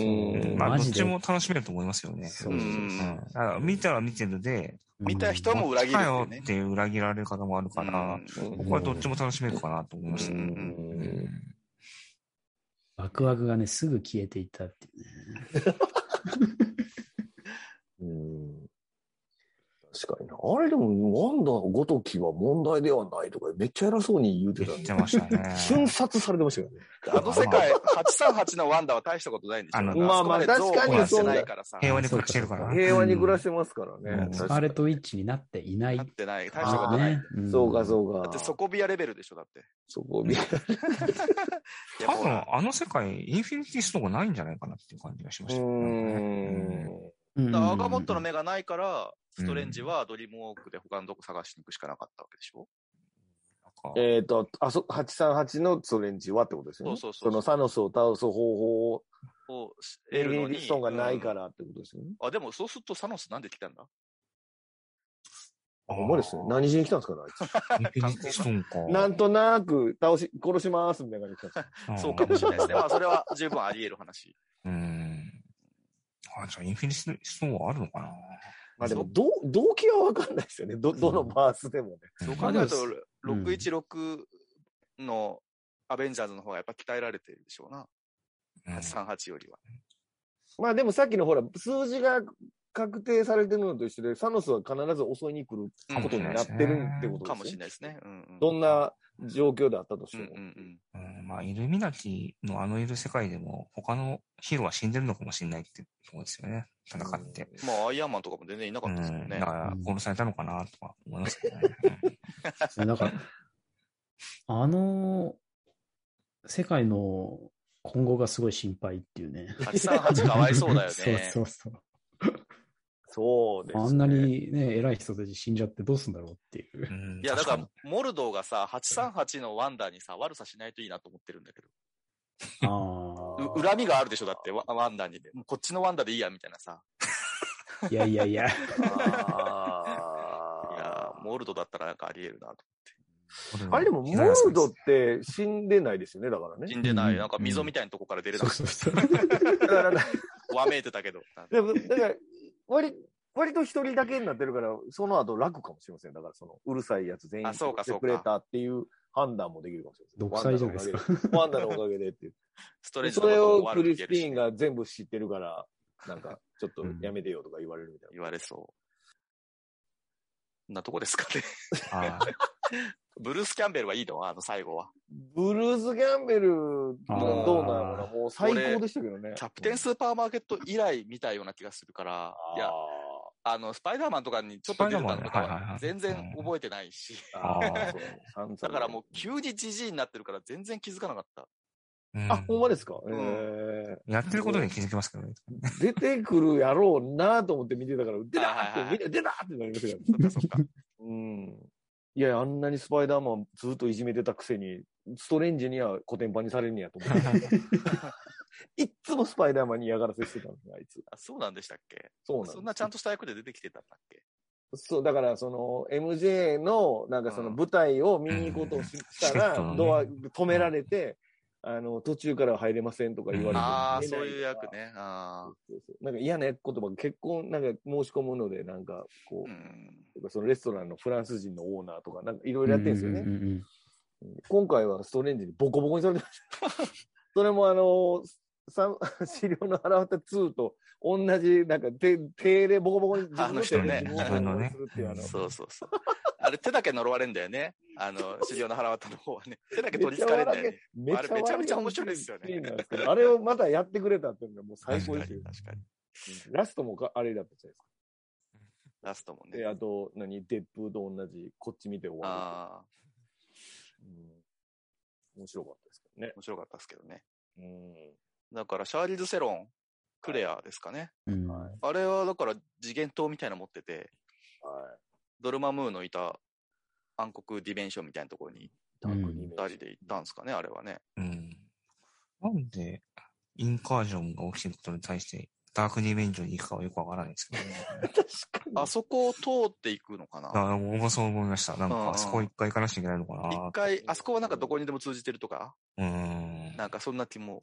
し
うん
まあ、
マ
どっ
ジで
ちも楽しめると思いますよね。
そう
そうそう
うんだから見たら見てるで、
見た人も裏切るっていう
来たよ
ね
っ。て裏切られる方もあるから、
うん
僕はどっちも楽しめるかなと思いました
う
ね。
ん
うん
ワクワクがね、すぐ消えていったっていうね。
うん確かにな。あれでも、ワンダごときは問題ではないとか、めっちゃ偉そうに言うて
言
た
って
ね。
ましたね。
瞬殺されてましたよね。
あの世界、838のワンダは大したことないんでしょ
あの
だら
まあまあ
そこで憎悪
確
かに
はしてないからさ。
平和で暮らしてるから。
平和に暮らしてますからね。
うん
確
ス
か
カー
に
レットウィッチになっていない
なっ。てない。大したことない。だ
ねん
そうか、そうか。
って底火屋レベルでしょ、だって。
そこ見
いや
多
ほ
分
ら、
あの世界、インフィニティストーンがないんじゃないかなっていう感じがしました。うん
うんうん
だからアガモットの目がないから、ストレンジはドリームウォークで他のとこ探しに行くしかなかったわけでしょ
なんか
えっと、あそ、838のストレンジはってことですよね。
そうそうそう
のサノスを倒す方法を、
を得
エ
るの
リ
に。
リストンがないか
うん
らってことですよね。
あ、でもそうするとサノスなんで来たんだ
あほんまですね。何しに来たんですかね、あい
インフィニティストーンか。
つ。なんとなく倒し、殺しますみたいな感じで来たんです
ん
そうかもしれないですね。まあそれは十分あり得る話。
うん。あ、じゃあインフィニティストーンはあるのかな
まあでも、どう、動機はわかんないですよね。ど、どのバースでもね。
そう
ま
考
あ
え
でも
ると、616のアベンジャーズの方がやっぱ鍛えられてるでしょうな。
うん
838よりは。
まあでもさっきのほら、数字が確定されてるのと一緒で、サノスは必ず襲いに来ることになってるってことですね。
かもしれないですね。うんうん。
どんな状況であったとし
う
て
んう
も。
ん
うんまあ、イルミナティのあのいる世界でも、他のヒーローは死んでるのかもしれないってとこですよね。戦って。
うん。まあ、アイアンマンとかも全然いなか
う
ったですも
ん。
んね
だ。から、殺されたのかなとか思いますけどね。
そうだから、あの、世界の今後がすごい心配っていうね。
838かわいそうだよね。
そうそうそう。
そうです、ね。
あんなにね、偉い人たち死んじゃってどうすんだろうって いう
う。ん
い や、だ
確
か
に
ら、モルドーがさ、838のワンダーにさ、悪さしないといいなと思ってるんだけど。
あ
う恨みがあるでしょだって、ワワンダーに。もうこっちのワンダーでいいや、みたいなさ。
あ。いやいやい
い
や。
や
あ
ー、モルドーだったらなんかあり得るなと。
ーあれでも、モルドって死んでないですよね、だから
死
ね。
んでな
う
い、
ん
なんか溝みたいなとこから出れた
そう
く
そうそう。
だから、だか
て、 わめいてたけど。
ら、だから割、割と一人だけになってるから、その後楽かもしれません。だから、その、うるさいやつ全員
あそうか
来てくれたっていう判断もできるかもしれま
独
せ
裁
ん。
じゃないですか。
ワンダのおかげでっていう。
ストレージ の
そ
こ
れ
と
を
も悪
ク
く言
リ
え
ス
る
ティ
し
ーンが全部知ってるから、なんか、ちょっとやめてよとか言われるみたいな。
言われそう。なとこですかね。
あ
ブルース・キャンベルはいいのあの最後は。
ブルース・ギャンベルもどうなのかな
あ
もう最高でしたけどね。
キャプテン・スーパーマーケット以来見たような気がするから、いや、あの、スパイダーマンとかにちょっと出てたのとか
スパイダーマンねはいはいは
はい全然覚えてないし、
あー
ー
だからもう急にじじいになってるから全然気づかなか った。
ー
あ、ほんまですか、
ん
え
やってることに気づきますけどね。
ー出てくるやろうなと思って見てたから、出た
はいはい
っ
はい
て、出た出たってなりましたから。
そっかそっか。
うん。いや、あんなにスパイダーマンずっといじめてたくせに、ストレンジにはコテンパンにされるんねやと 思って。いっつもスパイダーマンに嫌がらせしてたんですよあいつ。
あそうなんでしたっけ
そうなん
そ
です
んなちゃんとした役で出てきてたんだっけ
そう、だから、その、MJ の、なんかその
うん
舞台を見に行こうとしたら、
うん
ドア止められて、あの、途中からは入れませんとか言われて。
ああ、
見れ
そう
ない
いう役ね。あ
そうそうそう。なんか嫌な言葉、結婚、なんか申し込むので、なんか、こ
あ。う
う、
ん。
そのレストランのフランス人のオーナーとか、なんかいろいろやってるんですよね。
うううん
今回はストレンジにボコボコにされてま した。それもあの、さ 資料の腹渡2と同じ、なんか手、手でボコボコに自分の手で
あの人ね
自分をボコボコにするっていうあの、
そうそうそう。あれ手だけ呪われんだよね。あの、資料の腹渡の方 はね。手だけ取り憑かれんだよね。
めちゃ
あれめちゃめちゃ面白いですよね
シーンなんですけどあれをまたやってくれたっていうのがもう最
確
高
かに、
ですよ
確。かに。
うんラストもかあれだったじゃないです
ラストも
か。で、
ね。
あと、何、デップと同じ、こっち見て終わ
ああ、
る。うん面白かったですけどね。
面白かったですけどね。
うん
だから、シャーリーズ・セロン、クレアですかね。
うん
あれは、だから、次元灯みたいなの持ってて、
は
ドルマムーのいた暗黒ディメンションみたいなところに
い。ダークリメ
二人で行ったんですかね、あれはね。
うん。なんで、インカージョンが起きてることに対して、ダークリベンジョに行くかはよくわからないですけど ね。
確か
あそこを通っていくのか
いや
な
僕もそう思いました。なん
うんうん
か、あそこ一回行かなきゃいけないのかな。
一回、あそこはなんかどこにでも通じてるとか
うーん。
なんかそんな気も。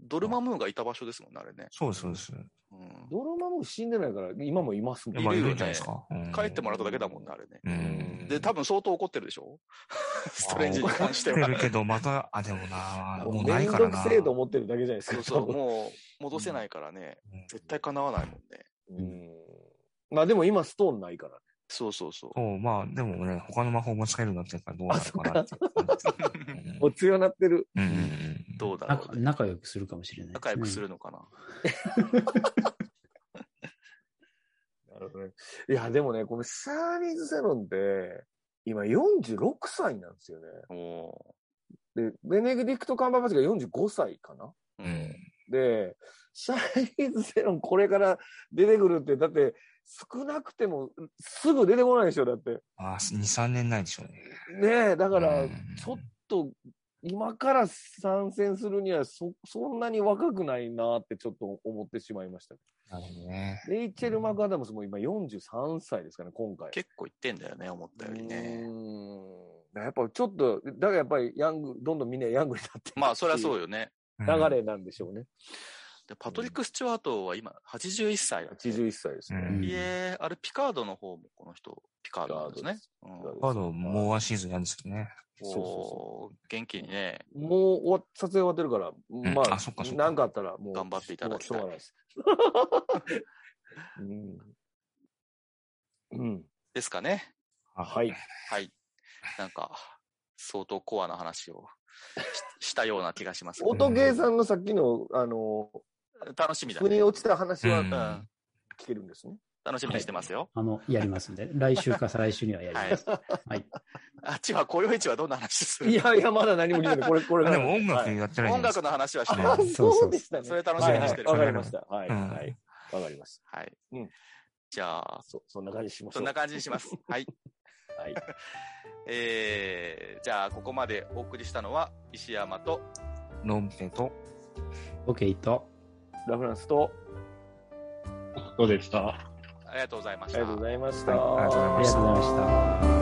ドルマムーンがいた場所ですもんね、あれね。
そうです、そうです。
うん
に。ドラマも死んでないから、今もいますもん
い
まあ
るよね
んじゃないですか。うん
帰ってもらっただけだもんね、あれね。
うん。
で、多分相当怒ってるでしょ ストレンジに関して
来て
は。
るけど、また、あ、で もな、もうな
め
い
ん
か
ど
ら
く
な。
せえと思ってるだけじゃないです
そ
か。
うそう、
多分
もう戻せないからね、
うん
絶対叶わないもんね。
うんまあでも今ストーンないからね。
そうそうそう。
そう、まあ、でもね、他の魔法も使えるようになってるからどうなるかなっていう感
もう
じ。
強なってる。
うんうんうん
どうだろ
仲
うね。
仲良くするかもしれないですね。
仲良くするのかな。
なるほどね。いや、でもね、このシャーリーズ・セロンって、今46歳なんですよね。
お
で、ベネディクト・カンバーバッチが45歳かな
ーう。
うんん
で、シャーリーズ・セロンこれから出てくるって、だって少なくてもすぐ出てこないでしょ、だって。
まあ、2、3年ないでしょうね。
ねえ、だから
うん、
ちょっと今から参戦するにはそ、そんなに若くないなってちょっと思ってしまいました。
なるほどね。
レイチェル・マクアダムスも今43歳ですかね、今回。
結構言ってんだよね、思ったよりね。
うーんやっぱちょっと、だからやっぱりヤング、どんどんみんなヤングになって
まあ、そりゃそう
よ。
よね。
流れなんでしょうね。
で、パトリック・スチュワートは今、81歳だって。
81歳ですね。
うん
いえ、あれ、ピカードの方もこの人、ピカードなんですね。うん
カードです
カード、もうワンシーズンやるんですよね。
そうそうそ
おー元気にね、
う。もう終わっ撮影終わってるから、
ん
まあ、
あそっかそっか
なんかあったらもう。
頑張っていただきたい
もうしょうがないです。うん。うん。
ですかね。
はい。
はい。なんか、相当コアな話をし したような気がしますけど。
音ゲーさんのさっきの、あの、
楽しみだ
腑
ね
に。落ちた話は
うん
うん
聞けるんですね。
楽しみにしてますよ。
あの、やりますんで。来週か再来週にはやります。はい。
あっちは、雇用市はどんな話する
いやいや、まだ何も聞いてない。これ、これ
で
から。
も音楽
はい
やってないじゃ
音
ないで
楽
すか。
の話はして
あ
は
あ
い。、
そうそう
そうでしたね。
それ楽しみにしてる
はいはいわかりました。はい。
うん
はい。わかりましうん
じゃあ
た。、そ、そんな感じにしましょう。
そんな感じにします。はい。
はい。
えー、じゃあ、ここまでお送りしたのは、石山と、
ロンペと、
OK と。
ラフランスと、
どうでした
ありがとうございまし
ありがとう
た
ご。ざいました。
はいありがとうございました
ありがとうございました。